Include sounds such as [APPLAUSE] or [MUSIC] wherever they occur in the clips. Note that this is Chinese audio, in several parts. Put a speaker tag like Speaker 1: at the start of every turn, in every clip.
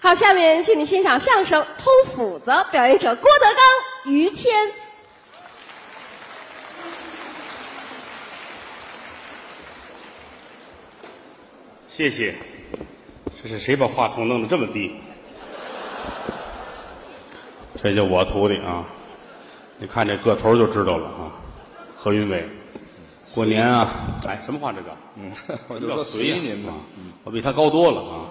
Speaker 1: 好，下面请你欣赏相声《偷斧子》，表演者郭德纲、于谦。
Speaker 2: 谢谢。这是谁把话筒弄得这么低？这就我徒弟啊！你看这个头就知道了啊。何云伟，过年啊，哎，什么话这个？
Speaker 3: 嗯， [LAUGHS] 我
Speaker 2: 比
Speaker 3: 就
Speaker 2: 较
Speaker 3: 说
Speaker 2: 随
Speaker 3: 随
Speaker 2: 意啊
Speaker 3: 您吧。
Speaker 2: 我比他高多了啊！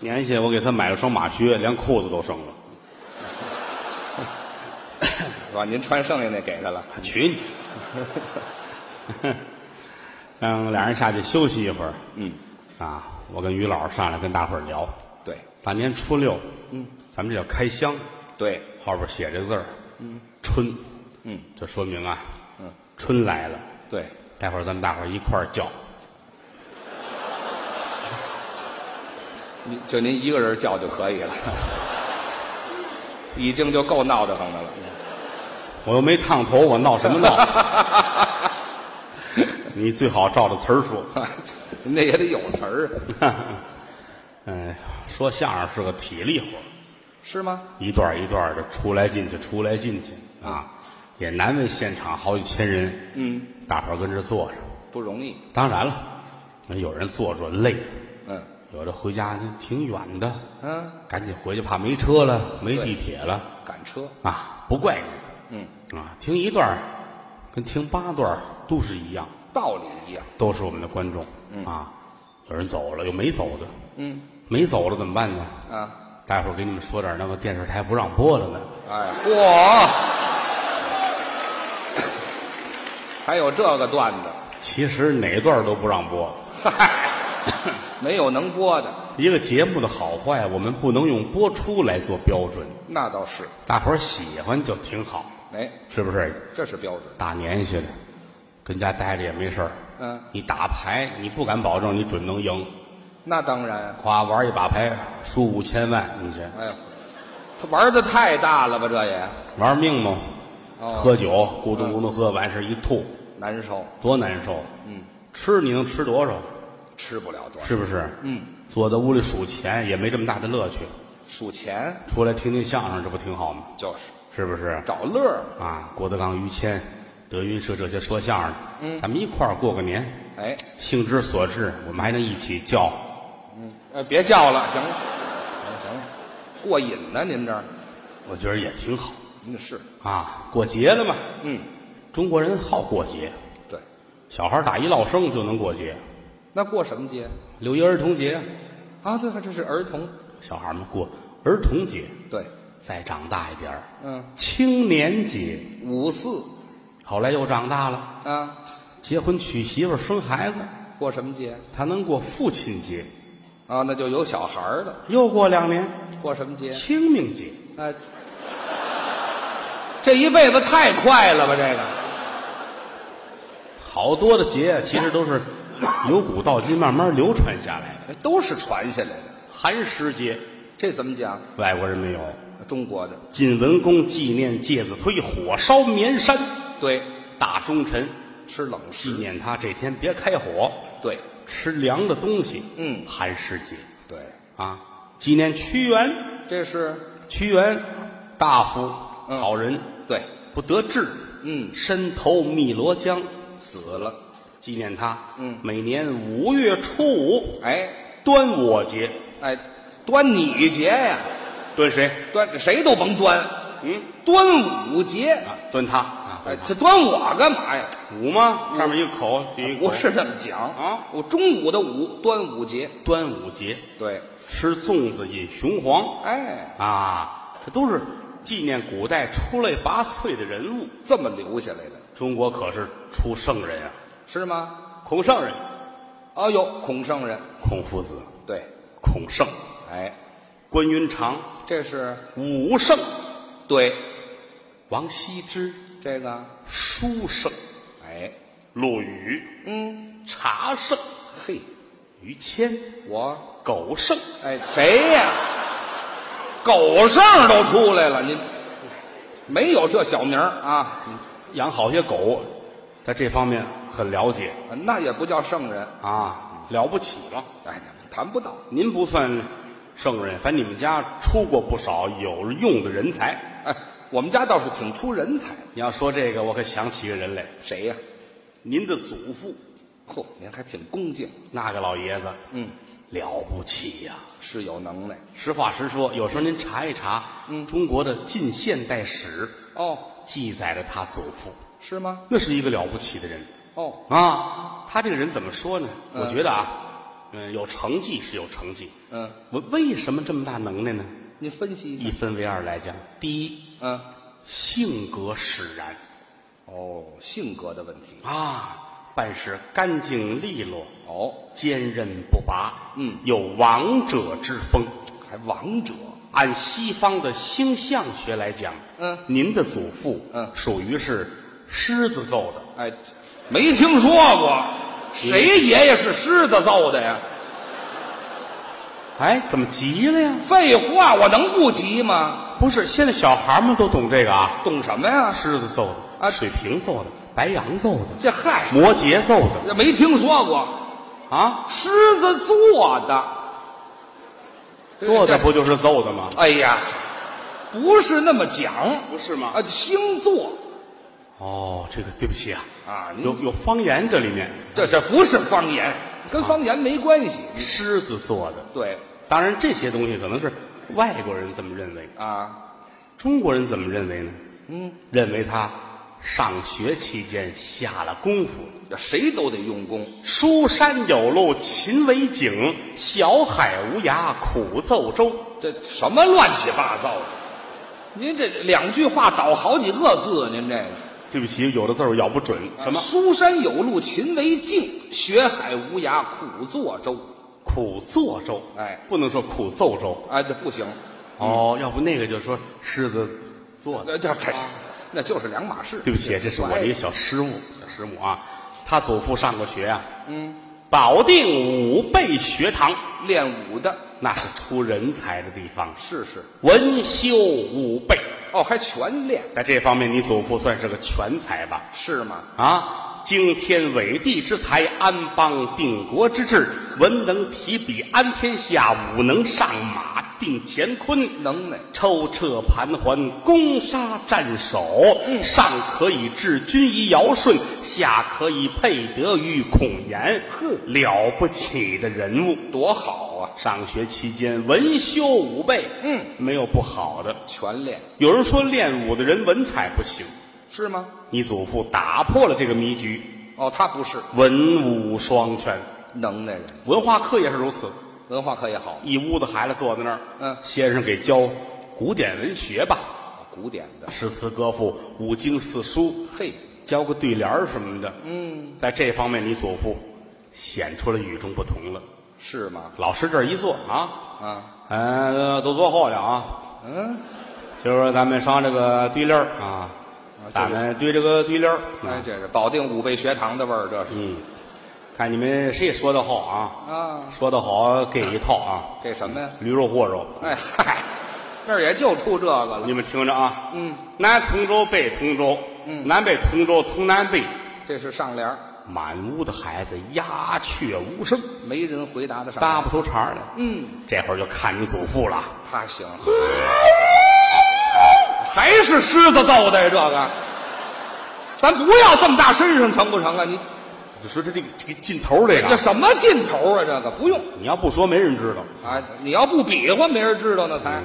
Speaker 2: 年下我给他买了双马靴，连裤子都剩了。
Speaker 3: 是吧？您穿剩下那给他了，
Speaker 2: 我
Speaker 3: [LAUGHS]
Speaker 2: 娶你！嗯，俩人下去休息一会儿。
Speaker 3: 嗯，
Speaker 2: 啊，我跟于老师上来跟大伙儿聊，
Speaker 3: 对
Speaker 2: 大年初六，嗯，咱们这叫开箱，
Speaker 3: 对，
Speaker 2: 后边写这个字儿，嗯，春，
Speaker 3: 嗯，
Speaker 2: 这说明啊，
Speaker 3: 嗯，
Speaker 2: 春来了。
Speaker 3: 对，
Speaker 2: 待会儿咱们大伙儿一块儿叫，
Speaker 3: 您就您一个人叫就可以了， [LAUGHS] 已经就够闹得慌的了。 [LAUGHS]
Speaker 2: 我又没烫头，我闹什么闹？ [LAUGHS] 你最好照着词儿说。
Speaker 3: 那也得有词儿啊，
Speaker 2: 嗯，说相声是个体力活儿，
Speaker 3: 是吗？
Speaker 2: 一段儿一段的出来进去，出来进去啊，也难为现场好几千人。
Speaker 3: 嗯，
Speaker 2: 大伙儿跟这坐着，
Speaker 3: 不容易。
Speaker 2: 当然了，那有人坐着累，
Speaker 3: 嗯
Speaker 2: 有的回家挺远的，
Speaker 3: 嗯，
Speaker 2: 赶紧回去，怕没车了，没地铁了
Speaker 3: 赶车。
Speaker 2: 啊，不怪你
Speaker 3: 嗯，
Speaker 2: 啊。听一段儿跟听八段儿都是一样，
Speaker 3: 道理一样。
Speaker 2: 都是我们的观众啊。有人走了，有没走的，
Speaker 3: 嗯
Speaker 2: 没走了怎么办呢？
Speaker 3: 啊，
Speaker 2: 待会儿给你们说点儿那个电视台不让播的呢。
Speaker 3: 哎，嚯！ [COUGHS] 还有这个段子，
Speaker 2: 其实哪段都不让播，
Speaker 3: 没有能播的，
Speaker 2: 一个节目的好坏，我们不能用播出来做标准。
Speaker 3: 那倒是。
Speaker 2: 大伙儿喜欢就挺好，
Speaker 3: 哎，
Speaker 2: 是不是？
Speaker 3: 这是标准。
Speaker 2: 大年下的，跟家待着也没事儿。
Speaker 3: 嗯
Speaker 2: 你打牌，你不敢保证你准能赢。
Speaker 3: 那当然。
Speaker 2: 夸玩一把牌，输五千万，你这
Speaker 3: 哎呦，他玩的太大了吧？这也
Speaker 2: 玩命吗？
Speaker 3: 哦
Speaker 2: 喝酒咕咚咕咚喝，完事儿一吐，
Speaker 3: 难受，
Speaker 2: 多难受。
Speaker 3: 嗯，
Speaker 2: 吃你能吃多少？
Speaker 3: 吃不了多少。
Speaker 2: 是不是？
Speaker 3: 嗯，
Speaker 2: 坐在屋里数钱也没这么大的乐趣。
Speaker 3: 数钱
Speaker 2: 出来听听相声，这不挺好吗？
Speaker 3: 就是
Speaker 2: 是不是？
Speaker 3: 找乐儿嘛。
Speaker 2: 啊，郭德纲、于谦、德云社这些说相声的，
Speaker 3: 嗯
Speaker 2: 咱们一块儿过个年，
Speaker 3: 哎，
Speaker 2: 兴之所至，我们还能一起叫。
Speaker 3: 呃，别叫了，行了，行了行了，过瘾呢，您这儿，
Speaker 2: 我觉得也挺好
Speaker 3: 您是，
Speaker 2: 啊。过节了嘛，
Speaker 3: 嗯，
Speaker 2: 中国人好过节，
Speaker 3: 对。
Speaker 2: 小孩打一落生就能过节，
Speaker 3: 那过什么节
Speaker 2: 六一儿童节，
Speaker 3: 啊？对，这是儿童，
Speaker 2: 小孩们过儿童节，
Speaker 3: 对，
Speaker 2: 再长大一点儿，
Speaker 3: 嗯，
Speaker 2: 青年节。
Speaker 3: 五四
Speaker 2: 后来又长大了，
Speaker 3: 啊，
Speaker 2: 结婚娶媳妇儿生孩子，
Speaker 3: 过什么节
Speaker 2: 他能过父亲节，
Speaker 3: 啊？那就有小孩儿的，
Speaker 2: 又过两年
Speaker 3: 过什么节
Speaker 2: 清明节。
Speaker 3: 啊？这一辈子太快了吧？这个
Speaker 2: 好多的节其实都是由古到今慢慢流传下来的。
Speaker 3: 哎都是传下来的。
Speaker 2: 寒食节，
Speaker 3: 这怎么讲？
Speaker 2: 外国人没有；
Speaker 3: 中国的
Speaker 2: 晋文公纪念介子推火烧绵山，
Speaker 3: 对，
Speaker 2: 大忠臣
Speaker 3: 吃冷
Speaker 2: 纪
Speaker 3: 食，
Speaker 2: 念他这天别开火，
Speaker 3: 对
Speaker 2: 吃凉的东西。
Speaker 3: 嗯
Speaker 2: 寒食节
Speaker 3: 对，
Speaker 2: 啊，纪念屈原，
Speaker 3: 这是
Speaker 2: 屈原大夫
Speaker 3: 嗯
Speaker 2: 好人，
Speaker 3: 对，
Speaker 2: 不得志，
Speaker 3: 嗯
Speaker 2: 身投汨罗江，
Speaker 3: 死了，
Speaker 2: 纪念他。
Speaker 3: 嗯
Speaker 2: 每年五月初五，
Speaker 3: 哎
Speaker 2: 端午节，
Speaker 3: 哎，端你节呀，
Speaker 2: 端谁？
Speaker 3: 端谁都甭端，
Speaker 2: 嗯。
Speaker 3: 端午节，
Speaker 2: 啊，端它啊，
Speaker 3: 哎
Speaker 2: 端，它
Speaker 3: 这端我干嘛呀？
Speaker 2: 五吗？上面一个口，底下一个口
Speaker 3: 不是这么讲
Speaker 2: 啊，
Speaker 3: 我中午的午，端午节，
Speaker 2: 端午节
Speaker 3: 对，
Speaker 2: 吃粽子饮雄黄
Speaker 3: 哎，
Speaker 2: 啊，这都是纪念古代出类拔萃的人物。
Speaker 3: 这么留下来的，
Speaker 2: 中国可是出圣人啊，
Speaker 3: 是吗？
Speaker 2: 孔圣人、
Speaker 3: 哦有孔圣人，
Speaker 2: 孔夫子、
Speaker 3: 对，
Speaker 2: 孔圣、
Speaker 3: 哎，
Speaker 2: 关云长、
Speaker 3: 这是
Speaker 2: 武圣、
Speaker 3: 对，
Speaker 2: 王羲之、
Speaker 3: 这个，
Speaker 2: 书圣、
Speaker 3: 哎，
Speaker 2: 陆羽、
Speaker 3: 嗯，
Speaker 2: 茶圣、
Speaker 3: 嘿，
Speaker 2: 于谦、
Speaker 3: 我。
Speaker 2: 狗圣。
Speaker 3: 哎，谁呀？狗剩都出来了，您没有这小名儿啊？
Speaker 2: 养好些狗，在这方面很了解
Speaker 3: 那也不叫圣人，
Speaker 2: 啊，了不起了。
Speaker 3: 哎，谈不到。
Speaker 2: 您不算圣人，反正你们家出过不少有用的人才。
Speaker 3: 哎，我们家倒是挺出人才。
Speaker 2: 你要说这个，我可想起一个人来，
Speaker 3: 谁呀、
Speaker 2: 您的祖父
Speaker 3: 嚯，您还挺恭敬，
Speaker 2: 那个老爷子，
Speaker 3: 嗯，
Speaker 2: 了不起呀、
Speaker 3: 是有能耐。
Speaker 2: 实话实说，有时候您查一查，嗯，中国的近现代史
Speaker 3: 哦，
Speaker 2: 记载了他祖父，
Speaker 3: 是吗？
Speaker 2: 那是一个了不起的人
Speaker 3: 哦，
Speaker 2: 啊。他这个人怎么说呢？
Speaker 3: 嗯
Speaker 2: 我觉得啊，嗯，有成绩是有成绩，
Speaker 3: 嗯，
Speaker 2: 我为什么这么大能耐呢？
Speaker 3: 您分析一
Speaker 2: 一
Speaker 3: 下。
Speaker 2: 分为二来讲，第一，
Speaker 3: 嗯，
Speaker 2: 性格使然
Speaker 3: 哦，性格的问题。
Speaker 2: 啊，办事干净利落，
Speaker 3: 哦，
Speaker 2: 坚韧不拔，
Speaker 3: 嗯
Speaker 2: 有王者之风。
Speaker 3: 还王者。
Speaker 2: 按西方的星象学来讲，
Speaker 3: 嗯
Speaker 2: 您的祖父，
Speaker 3: 嗯
Speaker 2: 属于是狮子座的，
Speaker 3: 哎，没听说过，谁爷爷是狮子揍的呀？
Speaker 2: 哎，怎么急了呀？
Speaker 3: 废话，我能不急吗？
Speaker 2: 不是，现在小孩们都懂这个啊，
Speaker 3: 懂什么呀？
Speaker 2: 狮子座的，
Speaker 3: 啊
Speaker 2: 水瓶座的，白羊座的，
Speaker 3: 这嗨，
Speaker 2: 摩羯座的
Speaker 3: 这没听说过，
Speaker 2: 啊，
Speaker 3: 狮子座的。
Speaker 2: 做的不就是揍的吗？
Speaker 3: 哎呀，不是那么讲
Speaker 2: 不是吗
Speaker 3: 啊，星座
Speaker 2: 哦，这个对不起啊，
Speaker 3: 啊，您
Speaker 2: 有有方言这里面，
Speaker 3: 这是不是方言？跟方言没关系。
Speaker 2: 狮子座的，
Speaker 3: 对
Speaker 2: 当然这些东西可能是外国人这么认为，
Speaker 3: 啊，
Speaker 2: 中国人怎么认为呢？
Speaker 3: 嗯，
Speaker 2: 认为他上学期间下了功夫，
Speaker 3: 这谁都得用功。
Speaker 2: 书山有路勤为径，小海无涯苦奏舟。
Speaker 3: 这什么乱七八糟的？您这两句话倒好几个字，您这个
Speaker 2: 对不起，有的字儿我咬不准，什么
Speaker 3: 书山有路勤为径，学海无涯苦作舟。
Speaker 2: 苦作舟，
Speaker 3: 哎嗯
Speaker 2: 不能说苦奏舟。
Speaker 3: 哎，这不行，
Speaker 2: 哦，要不那个就说狮子座的。
Speaker 3: 那呃这这那就是两码事。
Speaker 2: 对不起，这是我的一个小失误，小失误啊。他祖父上过学啊，
Speaker 3: 嗯，
Speaker 2: 保定武备学堂，
Speaker 3: 练武的，
Speaker 2: 那是出人才的地方，
Speaker 3: 是是。
Speaker 2: 文修武备。
Speaker 3: 哦，还全练
Speaker 2: 在这方面，你祖父算是个全才吧？
Speaker 3: 是吗？
Speaker 2: 啊，惊天伟地之才，安邦定国之志，文能提笔安天下，武能上马定乾坤。
Speaker 3: 能耐
Speaker 2: 抽撤盘桓，攻杀战守，上可以治军医尧舜，下可以配德于孔颜，了不起的人物。
Speaker 3: 多好啊！
Speaker 2: 上学期间文修武备，
Speaker 3: 嗯，
Speaker 2: 没有不好的。
Speaker 3: 全练
Speaker 2: 有人说练武的人文采不行，
Speaker 3: 是吗？
Speaker 2: 你祖父打破了这个迷局，
Speaker 3: 哦，他不是
Speaker 2: 文武双全。
Speaker 3: 能耐人，
Speaker 2: 文化课也是如此，
Speaker 3: 文化课也好，
Speaker 2: 一屋子孩子坐在那儿，
Speaker 3: 嗯
Speaker 2: 先生给教古典文学吧，
Speaker 3: 古典的。
Speaker 2: 诗词歌赋、五经四书，
Speaker 3: 嘿，
Speaker 2: 教个对联儿什么的。
Speaker 3: 嗯，
Speaker 2: 在这方面，你祖父显出了与众不同了。
Speaker 3: 是吗？
Speaker 2: 老师这儿一坐啊，
Speaker 3: 啊，
Speaker 2: 嗯，都坐后了啊。
Speaker 3: 嗯，
Speaker 2: 今儿咱们上这个对联儿啊，
Speaker 3: 啊
Speaker 2: 咱们对这个对联儿。啊
Speaker 3: 哎，这是保定五味学堂的味儿，这是
Speaker 2: 嗯，看你们谁说的好啊？
Speaker 3: 啊。
Speaker 2: 说的好给一套啊，
Speaker 3: 这什么呀？
Speaker 2: 驴肉和肉。
Speaker 3: 哎嗨，那儿也就出这个了。
Speaker 2: 你们听着啊，
Speaker 3: 嗯，
Speaker 2: 南通州，北通州，
Speaker 3: 嗯
Speaker 2: 南北通州，通南北，
Speaker 3: 这是上联儿
Speaker 2: 满屋的孩子鸦雀无声，
Speaker 3: 没人回答得上来。
Speaker 2: 搭不出茬儿来。
Speaker 3: 嗯，
Speaker 2: 这会儿就看你祖父了。
Speaker 3: 他行，还是狮子揍的呀？这个，咱不要这么大身上成不成啊？你
Speaker 2: 就说他这个这个劲头儿这
Speaker 3: 这什么劲头啊？这个不用
Speaker 2: 哎你要不说没人知道。
Speaker 3: 啊！你要不比划，没人知道呢才。
Speaker 2: 嗯，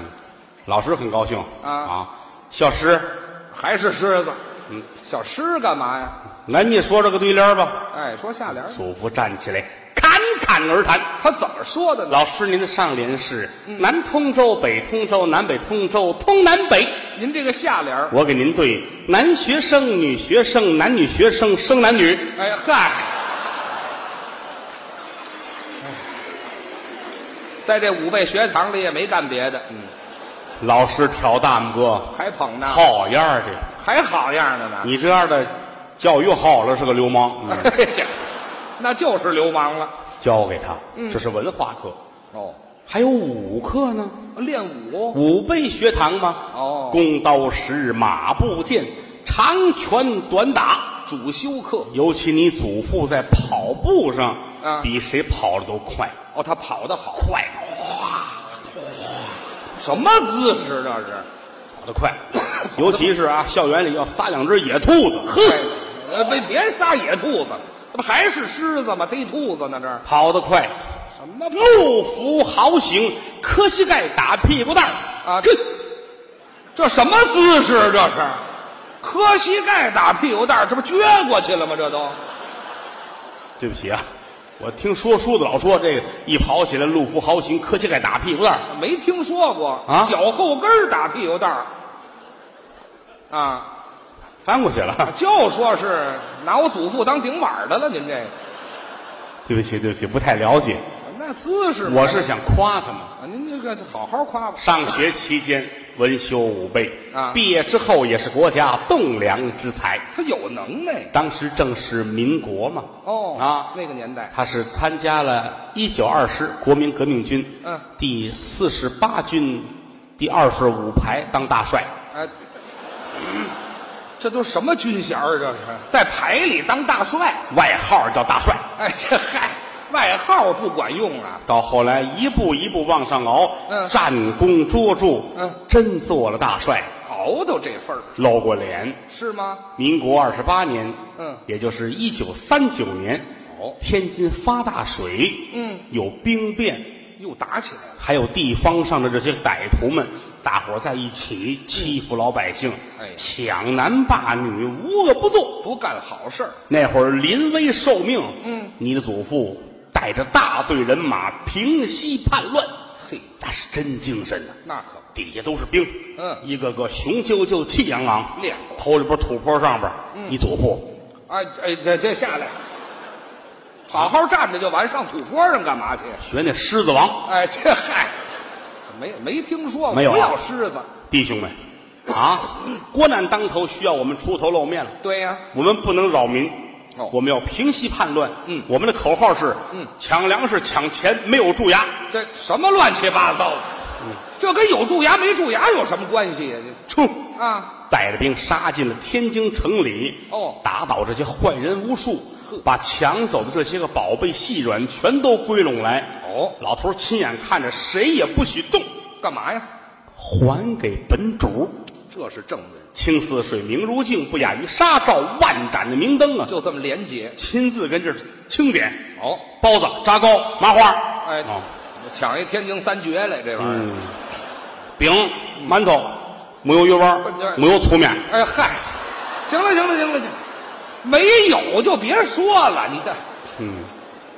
Speaker 2: 老师很高兴
Speaker 3: 啊
Speaker 2: 小石，
Speaker 3: 还是狮子，
Speaker 2: 嗯，
Speaker 3: 小狮干嘛呀？
Speaker 2: 那你说这个对联儿吧。
Speaker 3: 哎，说下联儿，
Speaker 2: 祖父站起来，侃侃而谈。
Speaker 3: 他怎么说的呢？
Speaker 2: 老师，您的上联是南通州、北通州、南北通州、通南北。
Speaker 3: 您这个下联儿，
Speaker 2: 我给您对男学生、女学生、男女学生、生男女。
Speaker 3: 哎嗨，在这五辈学堂里也没干别的，嗯，
Speaker 2: 老师挑大拇哥，
Speaker 3: 还捧呢，
Speaker 2: 好嗯样儿的！
Speaker 3: 还好样的呢。
Speaker 2: 你这样的教育好了是个流氓。 [LAUGHS] 嗯
Speaker 3: 这 [LAUGHS] 那就是流氓了。
Speaker 2: 教给他，这是文化课，
Speaker 3: 哦，
Speaker 2: 还有武课呢，
Speaker 3: 练武
Speaker 2: 武备学堂吗？
Speaker 3: 哦
Speaker 2: 弓刀石，马步剑，长拳短打。
Speaker 3: 主修课
Speaker 2: 尤其你祖父在跑步上，
Speaker 3: 啊
Speaker 2: 嗯比谁跑的都快，
Speaker 3: 哦，他跑得好，
Speaker 2: 快，哗，
Speaker 3: 什么姿势这是？
Speaker 2: 跑得快， [COUGHS] 尤其是啊，校园里要撒两只野兔子，呵，
Speaker 3: 呃，别别撒野兔子，这不还是狮子吗？逮兔子呢这儿？
Speaker 2: 跑得快，
Speaker 3: 什么
Speaker 2: 怒扶豪行，磕膝盖打屁股蛋儿
Speaker 3: 啊？这这什么姿势这是？磕膝盖打屁股蛋儿，这不撅过去了吗？这都
Speaker 2: 对不起啊，我听说书的老说这个一跑起来，怒扶豪行，磕膝盖打屁股蛋儿，
Speaker 3: 没听说过
Speaker 2: 啊
Speaker 3: 脚后跟儿打屁股蛋儿啊，
Speaker 2: 翻过去了。
Speaker 3: 就说是拿我祖父当顶碗儿的了，您这个
Speaker 2: 对不起，对不起，不太了解。
Speaker 3: 那姿势嘛，
Speaker 2: 我是想夸他们。
Speaker 3: 啊您这个好好夸吧。
Speaker 2: 上学期间文修武备
Speaker 3: 啊
Speaker 2: 毕业之后也是国家栋梁之才。
Speaker 3: 他有能耐
Speaker 2: 当时正是民国嘛，
Speaker 3: 哦
Speaker 2: 啊，
Speaker 3: 那个年代
Speaker 2: 他是参加了一九二师国民革命军，
Speaker 3: 嗯
Speaker 2: 第四十八军第二十五排当大帅，
Speaker 3: 哎，这都什么军衔儿？这是在排里当大帅？
Speaker 2: 外号叫大帅。
Speaker 3: 哎，这嗨，外号不管用啊！
Speaker 2: 到后来一步一步往上熬，
Speaker 3: 嗯
Speaker 2: 战功卓著，
Speaker 3: 嗯
Speaker 2: 真做了大帅，
Speaker 3: 熬到这份儿
Speaker 2: 露过脸。
Speaker 3: 是吗？
Speaker 2: 民国二十八年，
Speaker 3: 嗯
Speaker 2: 也就是一九三九年，
Speaker 3: 哦
Speaker 2: 天津发大水，
Speaker 3: 嗯，
Speaker 2: 有兵变，
Speaker 3: 又打起来了。
Speaker 2: 还有地方上的这些歹徒们，大伙儿在一起欺负老百姓，
Speaker 3: 哎
Speaker 2: 抢男霸女，无恶不作。
Speaker 3: 不干好事儿，
Speaker 2: 那会儿临危受命，
Speaker 3: 嗯，
Speaker 2: 你的祖父带着大队人马平息叛乱，
Speaker 3: 嘿，
Speaker 2: 那是真精神呐、
Speaker 3: 那可不
Speaker 2: 底下都是兵，
Speaker 3: 嗯
Speaker 2: 一个个雄赳赳、气昂昂，
Speaker 3: 练过嗯
Speaker 2: 头里边土坡上边，你祖父
Speaker 3: 哎哎，这这下来，好好站着就完，上土坡上干嘛去？
Speaker 2: 学那狮子王，
Speaker 3: 哎，这嗨，没没听说过，
Speaker 2: 没有啊
Speaker 3: 不要狮子，
Speaker 2: 弟兄们，啊，国难当头，需要我们出头露面了。
Speaker 3: 对呀、
Speaker 2: 我们不能扰民，
Speaker 3: 哦
Speaker 2: 我们要平息叛乱。
Speaker 3: 嗯
Speaker 2: 我们的口号是：
Speaker 3: 嗯，
Speaker 2: 抢粮食、抢钱，没有蛀牙，
Speaker 3: 这什么乱七八糟的？这跟有蛀牙没蛀牙有什么关系呀、
Speaker 2: 冲！
Speaker 3: 这啊，
Speaker 2: 带着兵杀进了天津城里，
Speaker 3: 哦
Speaker 2: 打倒这些坏人无数，把抢走的这些个宝贝细软全都归拢来。
Speaker 3: 哦
Speaker 2: 老头亲眼看着，谁也不许动，
Speaker 3: 干嘛呀？
Speaker 2: 还给本主。
Speaker 3: 这是证人，
Speaker 2: 清似水，明如镜，不亚于纱罩，万盏的明灯啊！
Speaker 3: 就这么廉洁。
Speaker 2: 亲自跟这儿清点
Speaker 3: 哦，
Speaker 2: 包子、炸糕、麻花，
Speaker 3: 哎，
Speaker 2: 哦
Speaker 3: 抢一天津三绝来，这玩意儿。
Speaker 2: 嗯，饼、馒头、木油鱼丸
Speaker 3: 不是、
Speaker 2: 木油粗面，
Speaker 3: 哎嗨，行了行了行了，没有就别说了，你这
Speaker 2: 嗯，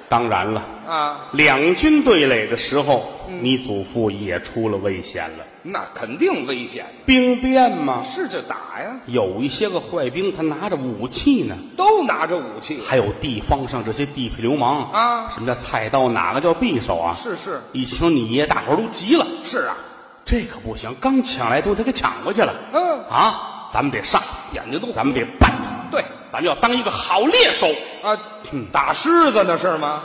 Speaker 2: 当然了，
Speaker 3: 啊，
Speaker 2: 两军对垒的时候，
Speaker 3: 嗯
Speaker 2: 你祖父也出了危险了。
Speaker 3: 那肯定危险，
Speaker 2: 兵变嘛，
Speaker 3: 是就打呀，
Speaker 2: 有一些个坏兵，他拿着武器呢，
Speaker 3: 都拿着武器，
Speaker 2: 还有地方上这些地痞流氓
Speaker 3: 啊
Speaker 2: 什么叫菜刀，哪个叫匕首啊？
Speaker 3: 是是
Speaker 2: 一听你爷，大伙儿都急了，
Speaker 3: 是啊，
Speaker 2: 这可不行，刚抢来东西，他给抢过去了。
Speaker 3: 嗯
Speaker 2: 啊，咱们得上，
Speaker 3: 眼睛都
Speaker 2: 咱们得办他，
Speaker 3: 对
Speaker 2: 咱们要当一个好猎手。
Speaker 3: 啊，打狮子呢是吗？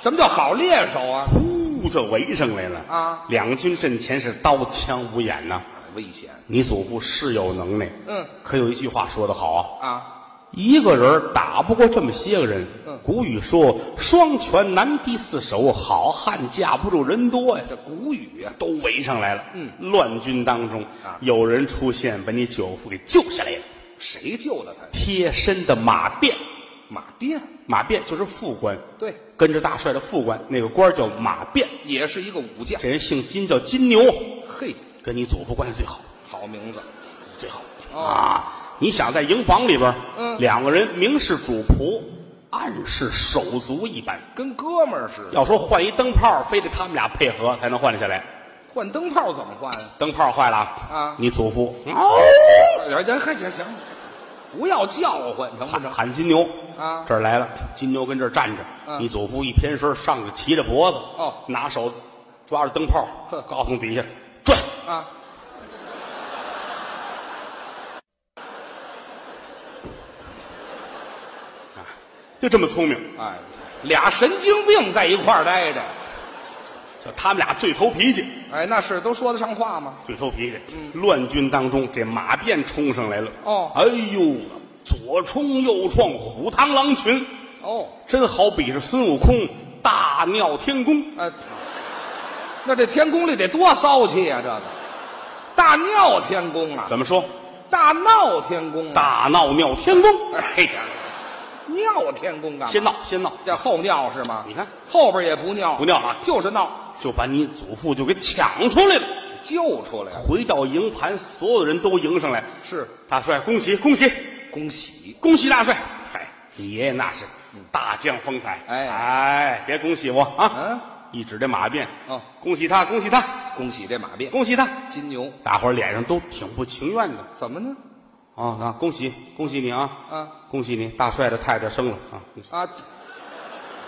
Speaker 3: 什么叫好猎手啊？
Speaker 2: 呼就围上来了
Speaker 3: 啊！
Speaker 2: 两军阵前是刀枪无眼呐、
Speaker 3: 危险
Speaker 2: 你祖父是有能耐，
Speaker 3: 嗯，
Speaker 2: 可有一句话说得好啊，
Speaker 3: 啊，
Speaker 2: 一个人儿打不过这么些个人。
Speaker 3: 嗯
Speaker 2: 古语说“双拳难敌四手”，好汉架不住人多呀。
Speaker 3: 这古语啊，
Speaker 2: 都围上来了，
Speaker 3: 嗯，
Speaker 2: 乱军当中
Speaker 3: 啊
Speaker 2: 有人出现，把你舅父给救下来了。
Speaker 3: 谁救了他？
Speaker 2: 贴身的马便，
Speaker 3: 马鞭，
Speaker 2: 马便就是副官，
Speaker 3: 对，
Speaker 2: 跟着大帅的副官，那个官儿叫马便。
Speaker 3: 也是一个武将，
Speaker 2: 这人姓金，叫金牛，
Speaker 3: 嘿，
Speaker 2: 跟你祖父关系最好，
Speaker 3: 好名字，
Speaker 2: 最好、
Speaker 3: 哦
Speaker 2: 啊！你想在营房里边，
Speaker 3: 嗯
Speaker 2: 两个人明是主仆，暗是手足一般。
Speaker 3: 跟哥们儿似的。
Speaker 2: 要说换一灯泡，非得他们俩配合才能换得下来。
Speaker 3: 换灯泡怎么换啊？
Speaker 2: 灯泡坏了
Speaker 3: 啊
Speaker 2: 你祖父哦，
Speaker 3: 人人还哎行行，不要叫唤，成不
Speaker 2: 喊
Speaker 3: 成？
Speaker 2: 喊金牛
Speaker 3: 啊
Speaker 2: 这儿来了，金牛跟这儿站着，
Speaker 3: 嗯
Speaker 2: 你祖父一偏身上去骑着脖子，
Speaker 3: 哦
Speaker 2: 拿手抓着灯泡
Speaker 3: 呵，
Speaker 2: 高从底下转，
Speaker 3: 啊，
Speaker 2: 就这么聪明。
Speaker 3: 哎，俩神经病在一块儿待着，
Speaker 2: 就他们俩最头脾气，
Speaker 3: 哎，那是都说得上话吗？
Speaker 2: 最头脾气。乱军当中，这马便冲上来了。
Speaker 3: 哦
Speaker 2: 哎呦，左冲右撞，虎螳螂群，
Speaker 3: 哦，
Speaker 2: 真好比是孙悟空大闹天宫。
Speaker 3: 哎，那这天宫里得多骚气啊呀、这个大尿天宫啊，
Speaker 2: 怎么说？
Speaker 3: 大闹天宫啊，
Speaker 2: 大闹尿天宫，
Speaker 3: 哎呀，尿天宫啊，
Speaker 2: 先闹先闹，
Speaker 3: 这后尿是吗？
Speaker 2: 你看
Speaker 3: 后边也不尿，
Speaker 2: 不尿啊
Speaker 3: 就是闹，
Speaker 2: 就把你祖父就给抢出来了。
Speaker 3: 救出来了。
Speaker 2: 回到营盘，所有的人都迎上来，
Speaker 3: 是
Speaker 2: 大帅，恭喜恭喜
Speaker 3: 恭喜，
Speaker 2: 恭喜大帅！嗨，你爷爷那是大将风采，
Speaker 3: 哎
Speaker 2: 哎，别恭喜我啊！
Speaker 3: 嗯，
Speaker 2: 一指这马鞭，
Speaker 3: 哦，
Speaker 2: 恭喜他，恭喜他，
Speaker 3: 恭喜这马鞭，
Speaker 2: 恭喜他！
Speaker 3: 金牛
Speaker 2: 大伙儿脸上都挺不情愿的
Speaker 3: 怎么呢？
Speaker 2: 啊啊！恭喜恭喜你啊！
Speaker 3: 嗯，
Speaker 2: 恭喜你，大帅的太太生了啊！恭喜
Speaker 3: 啊，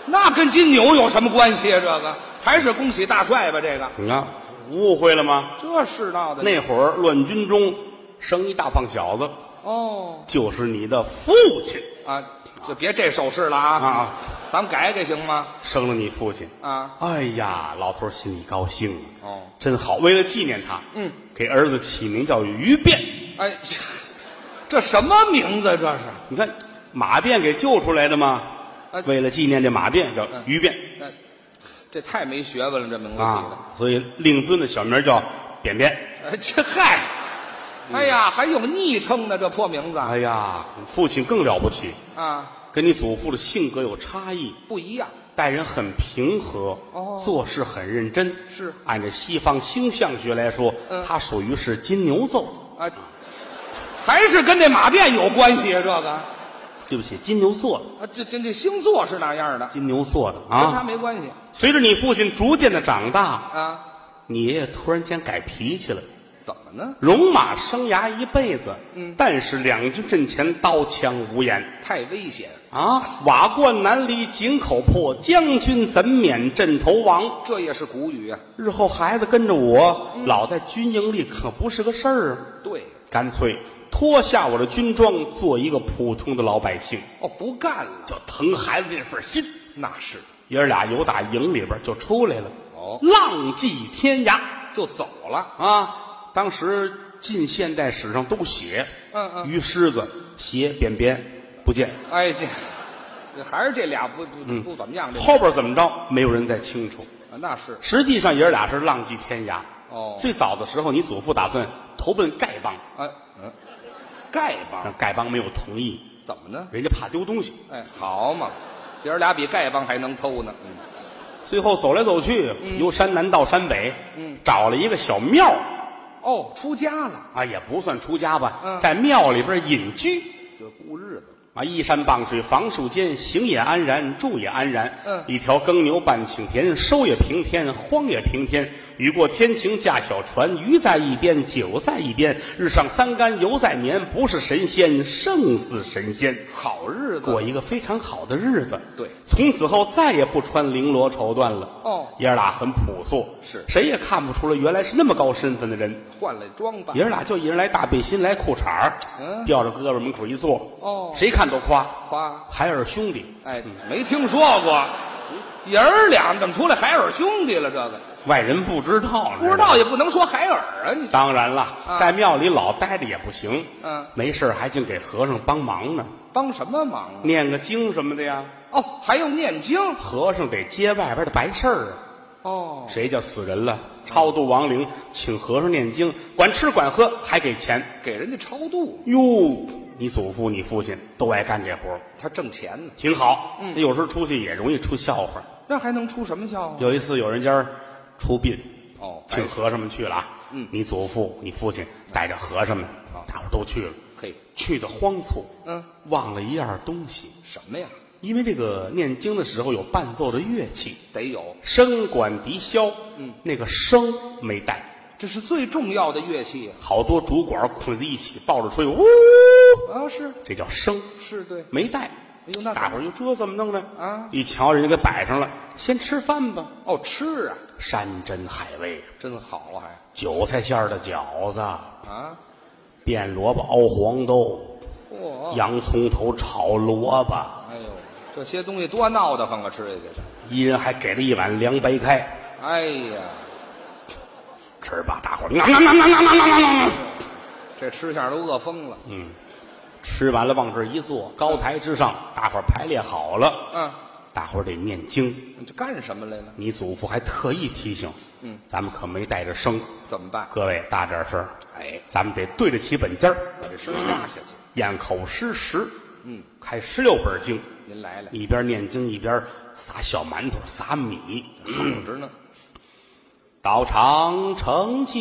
Speaker 3: 那跟金牛有什么关系啊？这个还是恭喜大帅吧？这个
Speaker 2: 你看误会了吗？
Speaker 3: 这世道的
Speaker 2: 那会儿乱军中生一大胖小子，
Speaker 3: 哦
Speaker 2: 就是你的父亲
Speaker 3: 啊，就别这手势了啊
Speaker 2: 啊，
Speaker 3: 咱们改改行吗？
Speaker 2: 生了你父亲。
Speaker 3: 啊，
Speaker 2: 哎呀，老头儿心里高兴啊，
Speaker 3: 哦，
Speaker 2: 真好。为了纪念他，
Speaker 3: 嗯，
Speaker 2: 给儿子起名叫于变。
Speaker 3: 哎， [LAUGHS] 这这什么名字？这是
Speaker 2: 你看，马变给救出来的嘛，
Speaker 3: 啊
Speaker 2: 为了纪念这马变，叫于变、
Speaker 3: 哎，这太没学问了，这名字起的。
Speaker 2: 啊，所以令尊的小名叫扁扁。
Speaker 3: 哎，这嗨，哎呀，还有昵称呢，这破名字
Speaker 2: 哎呀，父亲更了不起，
Speaker 3: 啊，
Speaker 2: 跟你祖父的性格有差异，
Speaker 3: 不一样。
Speaker 2: 待人很平和，
Speaker 3: 哦
Speaker 2: 做事很认真。
Speaker 3: 是
Speaker 2: 按照西方星象学来说，
Speaker 3: 嗯
Speaker 2: 他属于是金牛座。
Speaker 3: 啊，还是跟这马变有关系啊？这个啊，
Speaker 2: 对不起，金牛座的，
Speaker 3: 这这这星座是那样的，
Speaker 2: 金牛座的
Speaker 3: 跟他
Speaker 2: 啊。
Speaker 3: 没关系
Speaker 2: 随着你父亲逐渐的长大，
Speaker 3: 啊？
Speaker 2: 你爷爷突然间改脾气了。
Speaker 3: 怎么呢？
Speaker 2: 戎马生涯一辈子，嗯，但是两军阵前刀枪无眼
Speaker 3: 太危险，
Speaker 2: 啊！瓦罐难离井口破，将军怎免阵头亡？
Speaker 3: 这也是古语啊。
Speaker 2: 日后孩子跟着我，老在军营里可不是个事儿啊！
Speaker 3: 对，
Speaker 2: 干脆脱下我的军装，做一个普通的老百姓，
Speaker 3: 哦，不干了，
Speaker 2: 就疼孩子这份心。
Speaker 3: 那是
Speaker 2: 爷儿俩由打营里边就出来了，
Speaker 3: 哦，
Speaker 2: 浪迹天涯
Speaker 3: 就走了。
Speaker 2: 啊！当时近现代史上都写，
Speaker 3: 嗯嗯
Speaker 2: 鱼狮子、鞋扁扁不见，
Speaker 3: 哎，这这还是这俩不不不怎么样，这
Speaker 2: 后边怎么着没有人再清楚。
Speaker 3: 啊那是
Speaker 2: 实际上，爷儿俩是浪迹天涯。
Speaker 3: 哦
Speaker 2: 最早的时候，你祖父打算投奔丐帮，
Speaker 3: 啊嗯，丐帮
Speaker 2: 但丐帮没有同意，
Speaker 3: 怎么呢？
Speaker 2: 人家怕丢东西。
Speaker 3: 哎，好嘛，爷儿俩比丐帮还能偷呢。嗯
Speaker 2: 最后走来走去，由山南到山北，嗯，找了一个小庙，
Speaker 3: 哦，出家了，
Speaker 2: 啊，也不算出家吧，
Speaker 3: 嗯
Speaker 2: 在庙里边隐居，
Speaker 3: 就过日子。
Speaker 2: 啊，依山傍水，房树间，行也安然，住也安然，
Speaker 3: 嗯
Speaker 2: 一条耕牛半顷田，收也平天，荒也平天，雨过天晴驾小船，鱼在一边，酒在一边，日上三竿犹在眠，不是神仙胜似神仙。
Speaker 3: 好日
Speaker 2: 过一个非常好的日子。
Speaker 3: 对
Speaker 2: 从此后再也不穿绫罗绸缎了。
Speaker 3: 哦
Speaker 2: 爷儿俩很朴素，
Speaker 3: 是
Speaker 2: 谁也看不出来原来是那么高身份的人。
Speaker 3: 换了装扮
Speaker 2: 爷，儿俩就一人来大背心，来裤衩儿
Speaker 3: 嗯
Speaker 2: 吊着胳膊门口一坐，
Speaker 3: 哦
Speaker 2: 谁看都夸
Speaker 3: 夸
Speaker 2: 海尔兄弟。
Speaker 3: 哎，没听说过，爷儿俩怎么出来海尔兄弟了？这个
Speaker 2: 外人不知道呢，
Speaker 3: 不知道也不能说海尔啊，你
Speaker 2: 当然了，
Speaker 3: 啊
Speaker 2: 在庙里老待着也不行。
Speaker 3: 嗯
Speaker 2: 没事儿还净给和尚帮忙呢，
Speaker 3: 帮什么忙啊？
Speaker 2: 念个经什么的呀。
Speaker 3: 哦，还要念经
Speaker 2: 和尚得接外边的白事儿啊。
Speaker 3: 哦，
Speaker 2: 谁叫死人了？超度亡灵，请和尚念经，管吃管喝，还给钱。
Speaker 3: 给人家超度，
Speaker 2: 哟，你祖父、你父亲都爱干这活儿
Speaker 3: 他挣钱呢，
Speaker 2: 挺好。
Speaker 3: 嗯
Speaker 2: 有时候出去也容易出笑话。
Speaker 3: 那还能出什么笑话？
Speaker 2: 有一次有人家儿出殡，
Speaker 3: 哦，哎
Speaker 2: 请和尚们去了啊。
Speaker 3: 嗯
Speaker 2: 你祖父、你父亲带着和尚们
Speaker 3: 好，
Speaker 2: 大伙儿都去了，
Speaker 3: 嘿，
Speaker 2: 去的慌促，
Speaker 3: 嗯，
Speaker 2: 忘了一样东西，
Speaker 3: 什么呀？
Speaker 2: 因为这个念经的时候有伴奏的乐器，
Speaker 3: 得有，
Speaker 2: 笙管笛箫，嗯，那个笙没带。
Speaker 3: 这是最重要的乐器呀
Speaker 2: 好多主管捆在一起，抱着吹，呜，
Speaker 3: 啊！是
Speaker 2: 这叫声，
Speaker 3: 是，对，
Speaker 2: 没带。
Speaker 3: 哎呦那怎么
Speaker 2: 大伙儿就这怎么弄呢？
Speaker 3: 啊
Speaker 2: 一瞧人家给摆上了，先吃饭吧。
Speaker 3: 哦，吃啊，
Speaker 2: 山珍海味，
Speaker 3: 真好啊，还
Speaker 2: 韭菜馅儿的饺子，
Speaker 3: 啊，
Speaker 2: 变萝卜熬黄豆，
Speaker 3: 嚯、
Speaker 2: 洋葱头炒萝卜，
Speaker 3: 哎呦，这些东西多闹得慌啊！吃下去这，
Speaker 2: 一人还给了一碗凉白开，
Speaker 3: 哎呀，
Speaker 2: 吃吧，大伙 [LAUGHS] 儿，囔囔囔囔囔囔囔囔
Speaker 3: 这吃相都饿疯了。
Speaker 2: 吃完了往这儿一坐，高台之上，大伙儿排列好了，
Speaker 3: 嗯，
Speaker 2: 大伙儿得念经。
Speaker 3: 你这干什么来了？
Speaker 2: 你祖父还特意提醒，嗯，咱们可没带着声，
Speaker 3: 怎么办？
Speaker 2: 各位大点声儿，
Speaker 3: 哎，
Speaker 2: 咱们得对得起本家儿
Speaker 3: 把这声压下去。
Speaker 2: 咽口失食，嗯，开十六本经，
Speaker 3: 您来了，
Speaker 2: 一边念经一边撒小馒头撒米，
Speaker 3: 躺着呢。
Speaker 2: 岛长成就，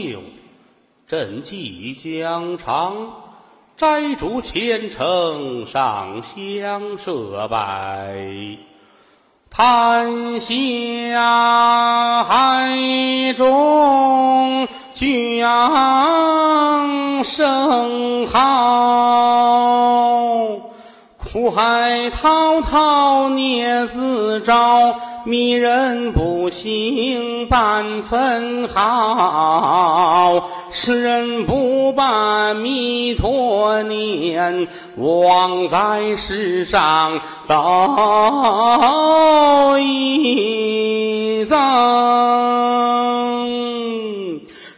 Speaker 2: 赈济疆场，摘竹千乘上香设拜，檀香啊海中响声号。苦海滔滔孽自招，迷人不醒半分好。世人不把弥陀念，枉在世上走一遭。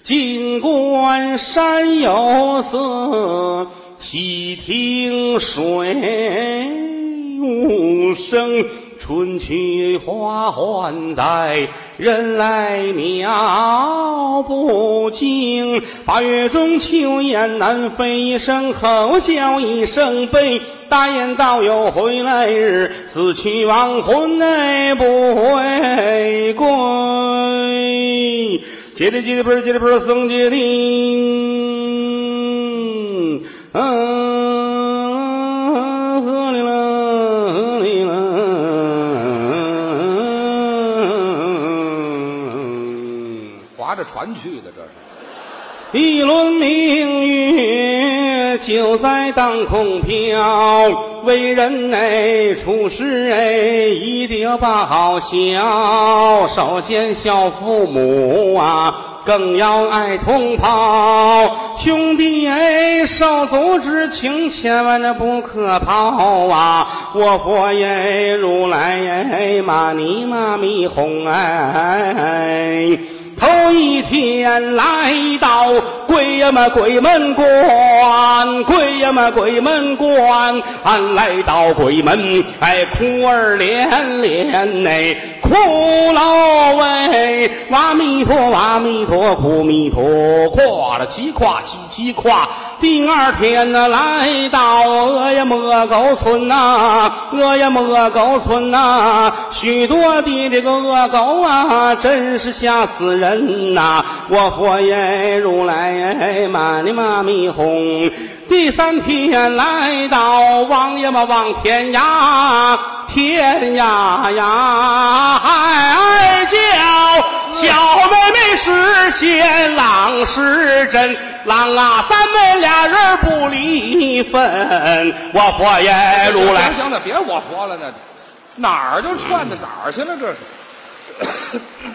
Speaker 2: 锦官山有色，细听水无声。春去花还在，人来鸟不惊。八月中秋雁南飞，一声吼叫一声悲。大雁道有回来日，死去亡魂内不回归。叽里叽里嘣儿，叽里嘣儿，僧叽里，嗯，喝里啦，喝里啦。
Speaker 3: 划着船去的这是。
Speaker 2: 一轮明月就在当空飘，为人哎处事哎一定要把好孝，首先孝父母啊，更要爱同胞，兄弟哎手足之情千万的不可抛啊！我佛耶如来耶玛尼玛咪吽哎。头一天来到鬼呀嘛鬼门关，鬼呀嘛鬼门关，俺来到鬼门，哎，哭儿连连哎，哭喽喂，哇弥陀哇弥陀，苦弥陀，跨了七跨七七跨。第二天呢，来到鹅呀么狗村呐、鹅呀么狗村呐、许多的这个恶狗啊，真是吓死人呐、我佛耶，如来耶，玛尼玛咪吽。第三天来到王爷嘛望天涯，天涯呀，哎叫小妹妹是仙，郎是真，郎啊，咱们俩人不离分。我佛爷如哎来
Speaker 3: 行。行了，别我活了呢，哪儿就串到哪儿去了？这是，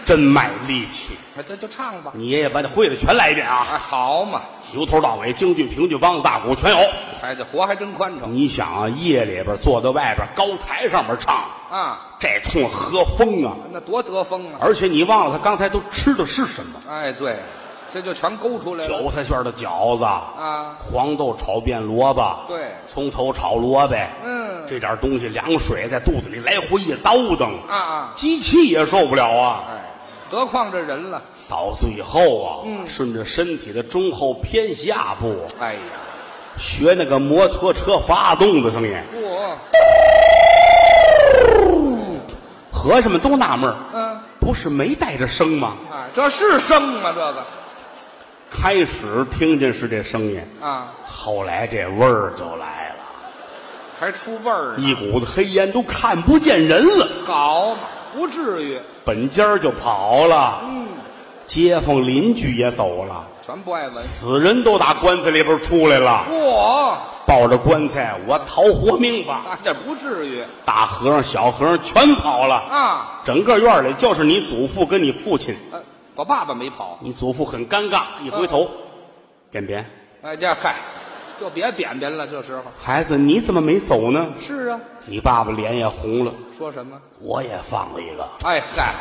Speaker 2: 真卖力气。
Speaker 3: 还这就唱吧。
Speaker 2: 你爷爷把这会的全来一遍啊，
Speaker 3: 哎，好嘛，
Speaker 2: 由头到尾，京剧、评剧、梆子、大鼓全有。
Speaker 3: 哎，这活还真宽敞
Speaker 2: 你想啊，夜里边坐到外边高台上面唱，
Speaker 3: 啊！
Speaker 2: 这通喝风啊！
Speaker 3: 那多得风啊！
Speaker 2: 而且你忘了他刚才都吃的是什么？
Speaker 3: 哎，对，这就全勾出来了
Speaker 2: 韭菜馅儿的饺子，
Speaker 3: 啊！
Speaker 2: 黄豆炒变萝卜，
Speaker 3: 对
Speaker 2: 葱头炒萝卜，
Speaker 3: 嗯
Speaker 2: 这点东西凉水在肚子里来回一叨腾，
Speaker 3: 啊啊！
Speaker 2: 机器也受不了啊！
Speaker 3: 哎，何况这人了？
Speaker 2: 到最后啊，顺着身体的中后偏下部，
Speaker 3: 哎呀，
Speaker 2: 学那个摩托车发动的声音，
Speaker 3: 我
Speaker 2: 和尚们都纳闷儿
Speaker 3: 嗯
Speaker 2: 不是没带着声吗？
Speaker 3: 啊，这是生吗？这个
Speaker 2: 开始听见是这声音，
Speaker 3: 啊，
Speaker 2: 后来这味儿就来了，
Speaker 3: 还出味儿呢？
Speaker 2: 一股子黑烟都看不见人了，
Speaker 3: 好嘛，不至于，
Speaker 2: 本家儿就跑了，嗯，街坊邻居也走了，
Speaker 3: 全不爱闻。
Speaker 2: 死人都打棺材里边出来了，
Speaker 3: 我
Speaker 2: 抱着棺材，我逃活命吧！
Speaker 3: 啊，这不至于
Speaker 2: 大和尚、小和尚全跑了，
Speaker 3: 啊！
Speaker 2: 整个院儿里就是你祖父跟你父亲。
Speaker 3: 呃我爸爸没跑。
Speaker 2: 你祖父很尴尬，一回头，扁扁，
Speaker 3: 哎，这嗨，就别扁扁了，这时候。
Speaker 2: 孩子你怎么没走呢？
Speaker 3: 是啊，
Speaker 2: 你爸爸脸也红了，
Speaker 3: 说什么？
Speaker 2: 我也放了一个，
Speaker 3: 哎嗨，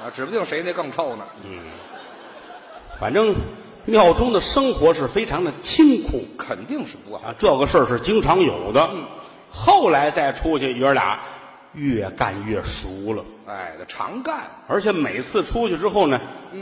Speaker 3: 啊，指不定谁那更臭呢。
Speaker 2: 反正庙中的生活是非常的清苦
Speaker 3: 肯定是不好。
Speaker 2: 啊，这个事儿是经常有的。后来再出去，爷儿俩越干越熟了。
Speaker 3: 哎，这常干
Speaker 2: 而且每次出去之后呢，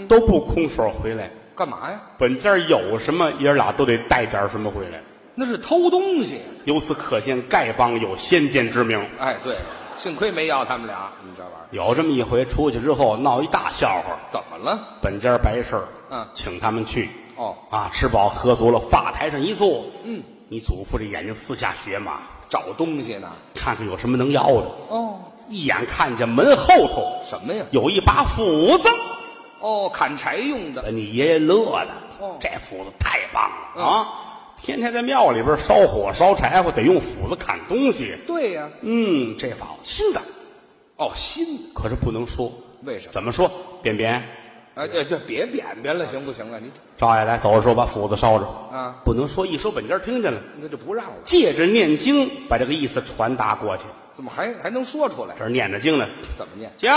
Speaker 2: 都不空手回来，
Speaker 3: 干嘛呀？
Speaker 2: 本家有什么爷儿俩都得带点什么回来。
Speaker 3: 那是偷东西。
Speaker 2: 由此可见，丐帮有先见之明。
Speaker 3: 哎，对，幸亏没要他们俩，你这玩意儿
Speaker 2: 有这么一回出去之后闹一大笑话，
Speaker 3: 怎么了？
Speaker 2: 本家白事儿，
Speaker 3: 嗯
Speaker 2: 请他们去，
Speaker 3: 哦
Speaker 2: 啊，吃饱喝足了，发台上一坐，
Speaker 3: 嗯，
Speaker 2: 你祖父这眼睛四下学嘛，
Speaker 3: 找东西呢？
Speaker 2: 看看有什么能要的，
Speaker 3: 哦，
Speaker 2: 一眼看见门后头
Speaker 3: 什么呀？
Speaker 2: 有一把斧子，
Speaker 3: 哦，砍柴用的。
Speaker 2: 把你爷爷乐的，
Speaker 3: 哦
Speaker 2: 这斧子太棒了、
Speaker 3: 嗯
Speaker 2: 啊！天天在庙里边烧火烧柴火，得用斧子砍东西。
Speaker 3: 对呀、
Speaker 2: 嗯，这法新的，
Speaker 3: 哦，新的。
Speaker 2: 可是不能说，
Speaker 3: 为什么？
Speaker 2: 怎么说？便便，
Speaker 3: 哎，这这别扁扁了，行不行啊？你
Speaker 2: 赵爷来走着说，把斧子烧着。
Speaker 3: 啊，
Speaker 2: 不能说，一说本家听见了，
Speaker 3: 那就不让了，
Speaker 2: 借着念经把这个意思传达过去。
Speaker 3: 怎么还还能说出来？
Speaker 2: 这儿念着经呢，
Speaker 3: 怎么念？
Speaker 2: 教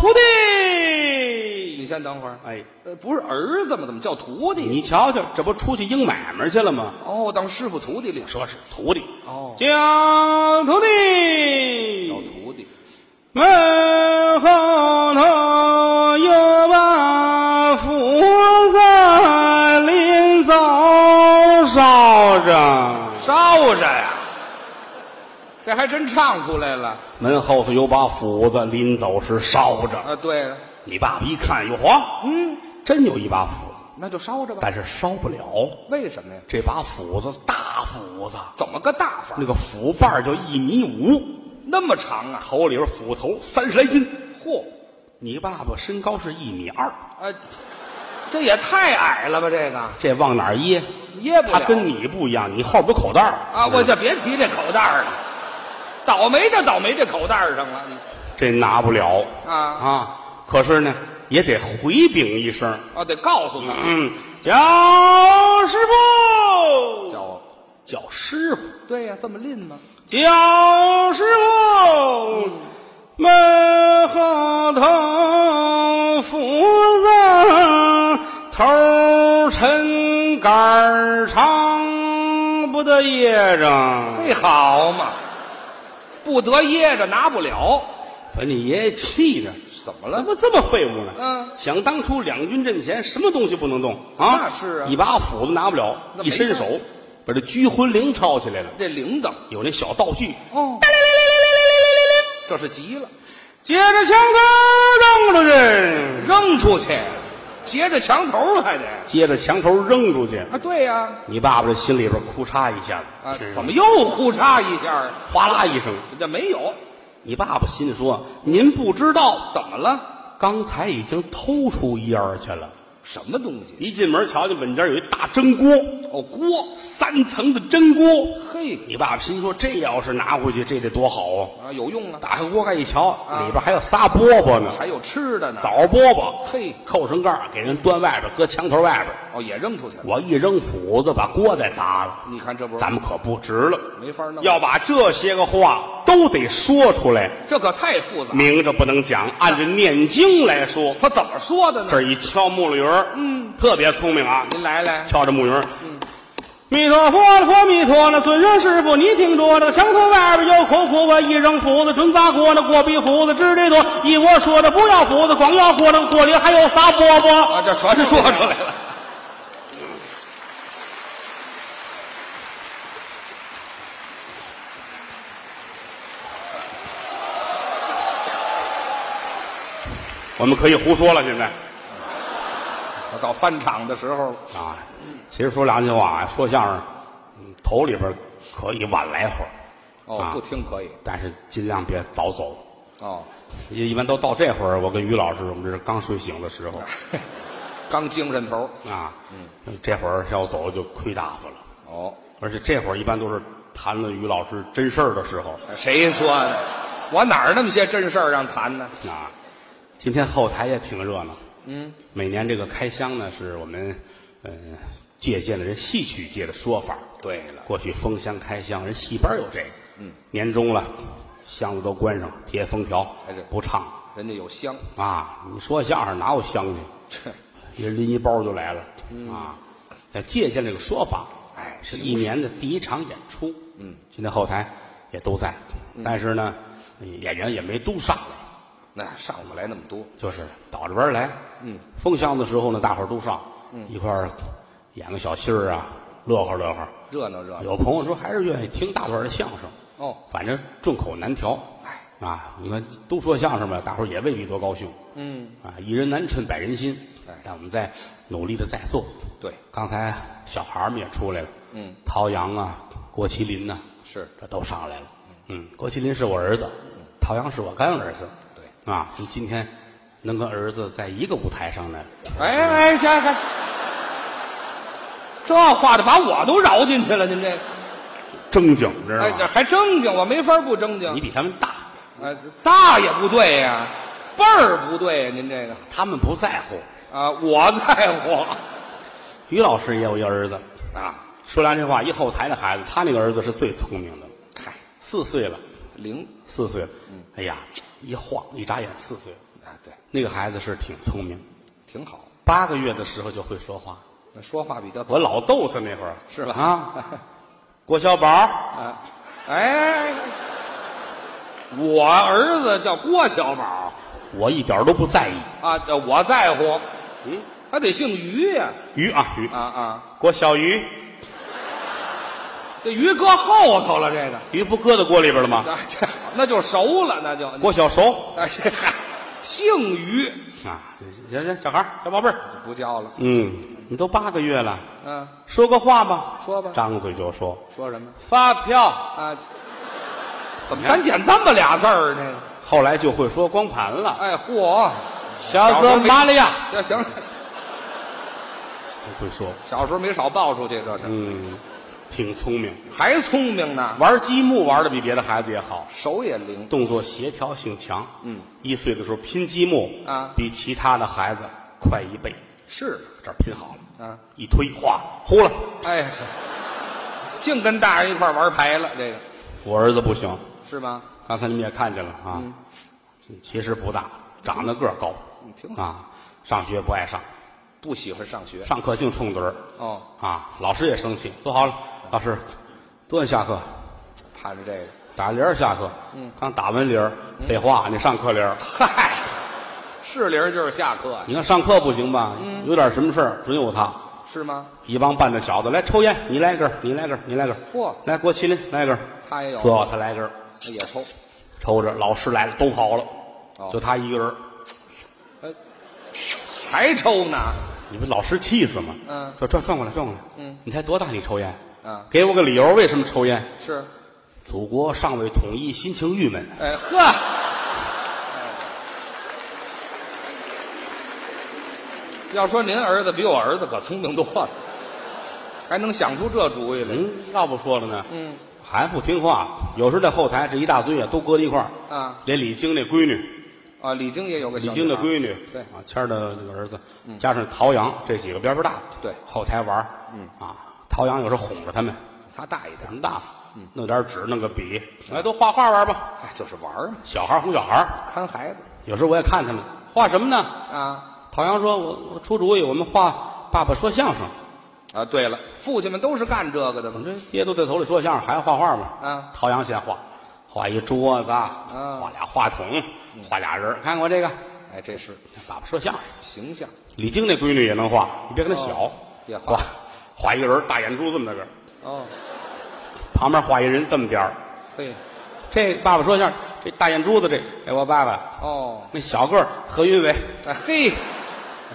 Speaker 2: 徒
Speaker 3: 你
Speaker 2: 弟，
Speaker 3: 先等会儿。
Speaker 2: 哎，
Speaker 3: 呃，不是儿子吗？怎么叫徒弟？
Speaker 2: 你瞧瞧，这不出去应买卖去了吗？
Speaker 3: 哦，当师傅徒弟领
Speaker 2: 说是徒弟
Speaker 3: 哦
Speaker 2: 教徒
Speaker 3: 叫
Speaker 2: 弟，
Speaker 3: 徒弟。
Speaker 2: 门后头有把斧子，临走烧着。
Speaker 3: 烧着呀， [LAUGHS] 这还真唱出来了
Speaker 2: 门后头有把斧子，临走时烧着。
Speaker 3: 啊！对了，
Speaker 2: 你爸爸一看，哟嚯，
Speaker 3: 嗯，
Speaker 2: 真有一把斧子，
Speaker 3: 那就烧着吧。
Speaker 2: 但是烧不了。
Speaker 3: 为什么呀？
Speaker 2: 这把斧子大斧子，
Speaker 3: 怎么个大法？
Speaker 2: 那个斧把儿就一米五，
Speaker 3: 那么长啊？
Speaker 2: 头里边斧头三十来斤。
Speaker 3: 嚯，
Speaker 2: 你爸爸身高是一米二，
Speaker 3: 啊，这也太矮了吧？这个
Speaker 2: 这往哪儿掖？
Speaker 3: 噎不了。
Speaker 2: 他跟你不一样，你后边有口袋儿嗯
Speaker 3: 啊，我就别提这口袋儿了，倒霉就倒霉这口袋儿上了。你
Speaker 2: 这拿不了
Speaker 3: 啊
Speaker 2: 啊！可是呢，也得回禀一声，
Speaker 3: 啊，得告诉他，
Speaker 2: 嗯，叫师傅，
Speaker 3: 叫我。
Speaker 2: 叫师傅，
Speaker 3: 对呀、这么拎吗？
Speaker 2: 叫师傅，门后头斧子头抻杆儿长，不得噎着。
Speaker 3: 这好嘛，不得噎着，拿不了。哎
Speaker 2: 把你爷爷气的，
Speaker 3: 怎么
Speaker 2: 怎？么这么废物呢？
Speaker 3: 嗯
Speaker 2: 想当初两军阵前，什么东西不能动啊？
Speaker 3: 那是啊
Speaker 2: 一把斧子拿不了，
Speaker 3: 那没
Speaker 2: 一伸手把这拘魂铃抄起来了，
Speaker 3: 这铃铛
Speaker 2: 有那小道具，
Speaker 3: 哦，这是急了，
Speaker 2: 接着枪杆扔出去，
Speaker 3: 扔出去，截着墙头还得
Speaker 2: 接着墙头扔出去。
Speaker 3: 啊，对呀、
Speaker 2: 你爸爸这心里边哭嚓一下子，
Speaker 3: 啊，
Speaker 2: 真是
Speaker 3: 怎么又哭嚓一下啊？
Speaker 2: 哗啦一声？
Speaker 3: 这没有，
Speaker 2: 你爸爸心里说：“您不知道，
Speaker 3: 怎么了？
Speaker 2: 刚才已经偷出一二去了。
Speaker 3: 什么东西？
Speaker 2: 一进门瞧见本家有一大蒸锅，
Speaker 3: 哦，锅，
Speaker 2: 三层的蒸锅，
Speaker 3: 嘿
Speaker 2: 你爸爸心说，这要是拿回去，这得多好啊！
Speaker 3: 啊，有用啊，
Speaker 2: 打开锅盖一瞧，里边还有仨饽饽呢，
Speaker 3: 还有吃的呢，
Speaker 2: 枣饽饽，
Speaker 3: 嘿
Speaker 2: 扣上盖儿给人端外边，搁墙头外边。
Speaker 3: 哦，也扔出去了。
Speaker 2: 我一扔斧子，把锅再砸了，
Speaker 3: 你看这不是
Speaker 2: 咱们可不值了。
Speaker 3: 没法弄，
Speaker 2: 要把这些个话都得说出来，
Speaker 3: 这可太复杂。
Speaker 2: 明着不能讲，按着念经来说。
Speaker 3: 他怎么说的呢？
Speaker 2: 这一敲木驴儿，嗯，特别聪明啊，
Speaker 3: 您来来，
Speaker 2: 敲着木鱼儿。弥陀佛，佛弥陀那尊人师傅，你听着，那墙头外边有口苦，我一扔斧子准砸锅，那锅比斧子值得多。依我说的不要斧子，光要锅，那锅里还有仨饽饽。
Speaker 3: 啊，这全说出来了。
Speaker 2: 我们可以胡说了，现在
Speaker 3: 他到翻场的时候了，
Speaker 2: 啊，其实说良心话啊，说相声嗯头里边可以晚来会儿，
Speaker 3: 哦，
Speaker 2: 啊
Speaker 3: 不听可以，
Speaker 2: 但是尽量别早走。
Speaker 3: 哦，
Speaker 2: 一一般都到这会儿，我跟于老师，我们这是刚睡醒的时候
Speaker 3: 刚精神头儿，
Speaker 2: 啊，这会儿要走就亏大发了。
Speaker 3: 哦，
Speaker 2: 而且这会儿一般都是谈论于老师真事儿的时候
Speaker 3: 谁说的？我哪儿那么些真事儿让谈呢？
Speaker 2: 啊。今天后台也挺热闹，
Speaker 3: 嗯，
Speaker 2: 每年这个开箱呢，是我们呃借鉴了人戏曲界的说法。
Speaker 3: 对了
Speaker 2: 过去封箱开箱，人戏班有这个。嗯，年终了，箱子都关上，贴封条
Speaker 3: 哎这，
Speaker 2: 不唱
Speaker 3: 人家有香，
Speaker 2: 啊！你说相声哪有箱去？一 [LAUGHS] 人拎一包就来了啊！要借鉴这个说法，
Speaker 3: 哎
Speaker 2: 是一年的第一场演出。嗯，今天后台也都在，但是呢，演员也没都上来，
Speaker 3: 那上不来那么多，
Speaker 2: 就是倒着班来。嗯，封箱的时候呢，大伙儿都上，一块儿演个小戏儿啊，乐呵乐呵。
Speaker 3: 热闹热闹。
Speaker 2: 有朋友说还是愿意听大段的相声，
Speaker 3: 哦，
Speaker 2: 反正众口难调。哎，啊，你看都说相声吧，大伙儿也未必多高兴。
Speaker 3: 嗯，
Speaker 2: 啊，一人难趁百人心
Speaker 3: 哎。
Speaker 2: 但我们在努力的在做。
Speaker 3: 对，
Speaker 2: 刚才小孩儿们也出来了，
Speaker 3: 嗯，
Speaker 2: 陶阳啊，郭麒麟呐、
Speaker 3: 是
Speaker 2: 这都上来了。嗯，郭麒麟是我儿子，陶阳是我干儿子。
Speaker 3: 嗯对
Speaker 2: 啊，你今天能跟儿子在一个舞台上呢，
Speaker 3: 哎哎，下看，这话的把我都饶进去了，您这，
Speaker 2: 正经知道
Speaker 3: 哎，这
Speaker 2: 吗？
Speaker 3: 还正经，我没法不正
Speaker 2: 你
Speaker 3: 经。
Speaker 2: 比他们大，
Speaker 3: 哎，大也不对呀、辈儿不对呀、您这个
Speaker 2: 他们不在乎。
Speaker 3: 啊，我在乎
Speaker 2: 于老师也有一儿子，
Speaker 3: 啊，
Speaker 2: 说良心话，一后台的孩子，他那个儿子是最聪明的了，
Speaker 3: 嗨，
Speaker 2: 四岁了，
Speaker 3: 零
Speaker 2: 四岁了。
Speaker 3: 嗯
Speaker 2: 哎呀，一晃一眨眼四岁了，
Speaker 3: 啊，对，
Speaker 2: 那个孩子是挺聪明，
Speaker 3: 挺好，
Speaker 2: 八个月的时候就会说话。
Speaker 3: 那说话比较
Speaker 2: 我老逗他那会儿，
Speaker 3: 是吧
Speaker 2: 啊，郭小宝，
Speaker 3: 啊，哎，我儿子叫郭小宝
Speaker 2: 我一点都不在意。
Speaker 3: 啊，这我在乎，
Speaker 2: 嗯，
Speaker 3: 还得姓于呀、
Speaker 2: 鱼啊鱼，
Speaker 3: 啊啊，
Speaker 2: 郭小鱼，
Speaker 3: 这于搁后头了，这个。
Speaker 2: 鱼不搁在锅里边了吗？
Speaker 3: 啊，这 [LAUGHS] 那就熟了，那就
Speaker 2: 郭小熟
Speaker 3: 哎 [LAUGHS] 这嗨，姓于
Speaker 2: 啊，行行，小孩儿小宝贝儿，
Speaker 3: 不叫了。
Speaker 2: 嗯，你都八个月了，
Speaker 3: 嗯、
Speaker 2: 说个话吧，
Speaker 3: 说吧
Speaker 2: 张嘴就说
Speaker 3: 说什么
Speaker 2: 发票，
Speaker 3: 啊？怎么敢捡这么俩字儿呢？
Speaker 2: 后来就会说光盘了。
Speaker 3: 哎，嚯！
Speaker 2: 小
Speaker 3: 时候
Speaker 2: 子
Speaker 3: 没
Speaker 2: 麻利亚，
Speaker 3: 这行，
Speaker 2: 会说，
Speaker 3: 小时候没少抱出去，这是、
Speaker 2: 嗯，挺聪明，
Speaker 3: 还聪明呢，
Speaker 2: 玩积木玩的比别的孩子也好，
Speaker 3: 手也灵。
Speaker 2: 动作协调性强。嗯，一岁的时候拼积木
Speaker 3: 啊
Speaker 2: 比其他的孩子快一倍。
Speaker 3: 是
Speaker 2: 这儿拼好了，
Speaker 3: 啊，
Speaker 2: 一推，哗，呼了。
Speaker 3: 哎，净跟大人一块玩牌了，这个
Speaker 2: 我儿子不行，
Speaker 3: 是吗？
Speaker 2: 刚才你们也看见了啊，其实不大，长得个儿高
Speaker 3: 嗯挺好
Speaker 2: 啊，上学不爱上，
Speaker 3: 不喜欢上学
Speaker 2: 上课净冲盹儿
Speaker 3: 哦，
Speaker 2: 啊，老师也生气。坐好了，老师，多晚下课？
Speaker 3: 怕是这个。
Speaker 2: 打铃儿下课，刚打完铃儿，废话，你上课铃儿。
Speaker 3: 嗨，是零就是下课呀，
Speaker 2: 你看上课不行吧？有点什么事儿准有他。
Speaker 3: 是吗？
Speaker 2: 一帮半大小子来抽烟，你来一根儿，你来一根儿，你来一根儿。
Speaker 3: 嚯
Speaker 2: 来郭麒麟来一根儿，
Speaker 3: 他也有
Speaker 2: 最后他来一根儿，
Speaker 3: 哎也抽。
Speaker 2: 抽着老师来了都跑了
Speaker 3: 哦，
Speaker 2: 就他一个人儿。
Speaker 3: 哎，还抽呢？
Speaker 2: 你不老师气死吗？
Speaker 3: 嗯
Speaker 2: 说转转过来，转过来。嗯，你才多大？你抽烟？
Speaker 3: 嗯
Speaker 2: 给我个理由，为什么抽烟？
Speaker 3: 是，
Speaker 2: 祖国尚未统一，心情郁闷。
Speaker 3: 哎呵，要说您儿子比我儿子可聪明多了，还能想出这主意来。
Speaker 2: 嗯，要不说了呢。
Speaker 3: 嗯，
Speaker 2: 还不听话，有时候在后台这一大堆啊，都搁在一块儿。
Speaker 3: 啊
Speaker 2: 连李菁那闺女，
Speaker 3: 啊，李菁也有个
Speaker 2: 李
Speaker 3: 小
Speaker 2: 菁
Speaker 3: 女
Speaker 2: 的
Speaker 3: 孩
Speaker 2: 闺女，
Speaker 3: 对
Speaker 2: 啊，谦儿的那个儿子，加上陶阳这几个边边大的，
Speaker 3: 对
Speaker 2: 后台玩儿
Speaker 3: 嗯
Speaker 2: 啊，陶阳有时候哄着他们，
Speaker 3: 她大一点
Speaker 2: 什，么大，
Speaker 3: 嗯
Speaker 2: 弄点纸，弄个笔，来都画画玩儿吧，
Speaker 3: 哎，就是玩儿嘛，
Speaker 2: 小孩儿哄小孩儿。
Speaker 3: 看孩子
Speaker 2: 有时候我也看他们画什么呢？
Speaker 3: 啊
Speaker 2: 陶阳说：“我我出主意，我们画爸爸说相声。
Speaker 3: 啊。对了，父亲们都是干这个的
Speaker 2: 我
Speaker 3: 嘛。
Speaker 2: 们这爹都在头里说相声，还要画画吗？
Speaker 3: 嗯
Speaker 2: 陶阳先画，画一桌子，啊
Speaker 3: 嗯
Speaker 2: 画俩话筒，画俩人儿。看我这个，
Speaker 3: 哎，这是
Speaker 2: 爸爸说相声。
Speaker 3: 形象，
Speaker 2: 李菁那闺女也能画，你别看她小
Speaker 3: 哦，也画
Speaker 2: 画画一个人儿，大眼珠这么大个儿，
Speaker 3: 哦，
Speaker 2: 旁边画一人这么点儿。
Speaker 3: 嘿，
Speaker 2: 这爸爸说相声，这大眼珠子这，哎，我爸爸
Speaker 3: 哦，
Speaker 2: 那小个儿何云伟，
Speaker 3: 哎嘿，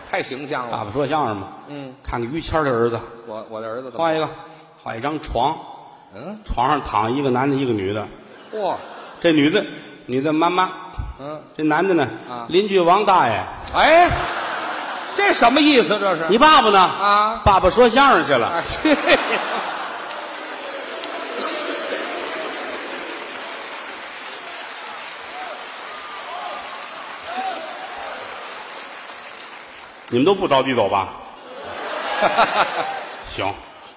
Speaker 3: 太形象
Speaker 2: 爸
Speaker 3: 了。
Speaker 2: 爸说相声嘛。
Speaker 3: 嗯，
Speaker 2: 看看于谦儿的儿子，
Speaker 3: 我我的儿子怎么
Speaker 2: 画一个，画一张床，
Speaker 3: 嗯，
Speaker 2: 床上躺一个男的，一个女的。
Speaker 3: 嚯，
Speaker 2: 这女的，女的妈妈，
Speaker 3: 嗯，
Speaker 2: 这男的呢？
Speaker 3: 啊
Speaker 2: 邻居王大爷，
Speaker 3: 哎，这什么意思？这是
Speaker 2: 你爸爸呢？
Speaker 3: 啊
Speaker 2: 爸爸说相声去了。
Speaker 3: 哎，嘿嘿嘿
Speaker 2: [LAUGHS] 你们都不着急走吧？行，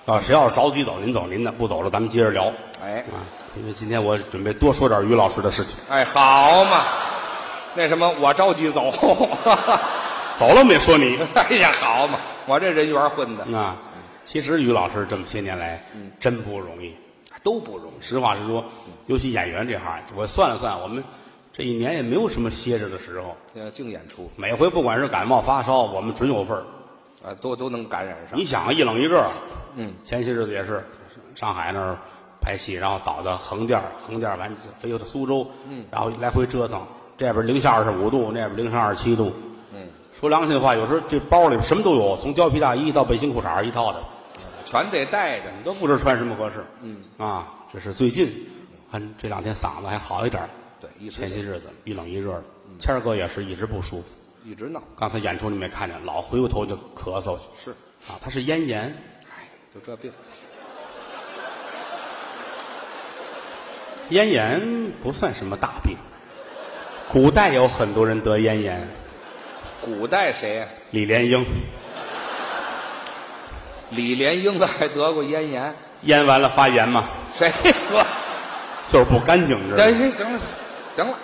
Speaker 2: 啊，谁要是着急走，您走您的；不走了，咱们接着聊。
Speaker 3: 哎
Speaker 2: 啊，因为今天我准备多说点于老师的事情。
Speaker 3: 哎，好嘛，那什么，我着急走。 [LAUGHS]
Speaker 2: 走了没说你。
Speaker 3: 哎呀，好嘛，我这人缘混的
Speaker 2: 啊，其实于老师这么些年来，真不容易。
Speaker 3: 都不容易。
Speaker 2: 实话实说，尤其演员这行，我算了算，我们这一年也没有什么歇着的时候。
Speaker 3: 要呃净演出
Speaker 2: 每回不管是感冒发烧，我们准有份儿。
Speaker 3: 啊，都都能感染上
Speaker 2: 你。想啊，一冷一热，
Speaker 3: 嗯，
Speaker 2: 前些日子也是上海那儿拍戏，然后倒到横店儿，横店儿完飞到苏州，嗯，然后来回折腾，这边零下二十五度，那边零上二十七度，嗯，说良心话，有时候这包里什么都有，从貂皮大衣到背心裤衩儿一套的，
Speaker 3: 全得带着。
Speaker 2: 你都不知道穿什么合适，嗯，啊，这是最近，看这两天嗓子还好一点儿，
Speaker 3: 对，一直
Speaker 2: 前些日子一冷一热的，谦儿哥也是一直不舒服，
Speaker 3: 一直闹，
Speaker 2: 刚才演出你没看见，老回过头就咳嗽去，
Speaker 3: 是
Speaker 2: 啊，他是咽炎。
Speaker 3: 就这病。
Speaker 2: 咽炎不算什么大病，古代有很多人得咽炎，
Speaker 3: 古代谁呀？
Speaker 2: 李莲英
Speaker 3: 李莲英子还得过咽炎，
Speaker 2: 咽完了发炎嘛，
Speaker 3: 谁说？
Speaker 2: 就是不干净，知道
Speaker 3: 这
Speaker 2: 吗？
Speaker 3: 这行了，行了，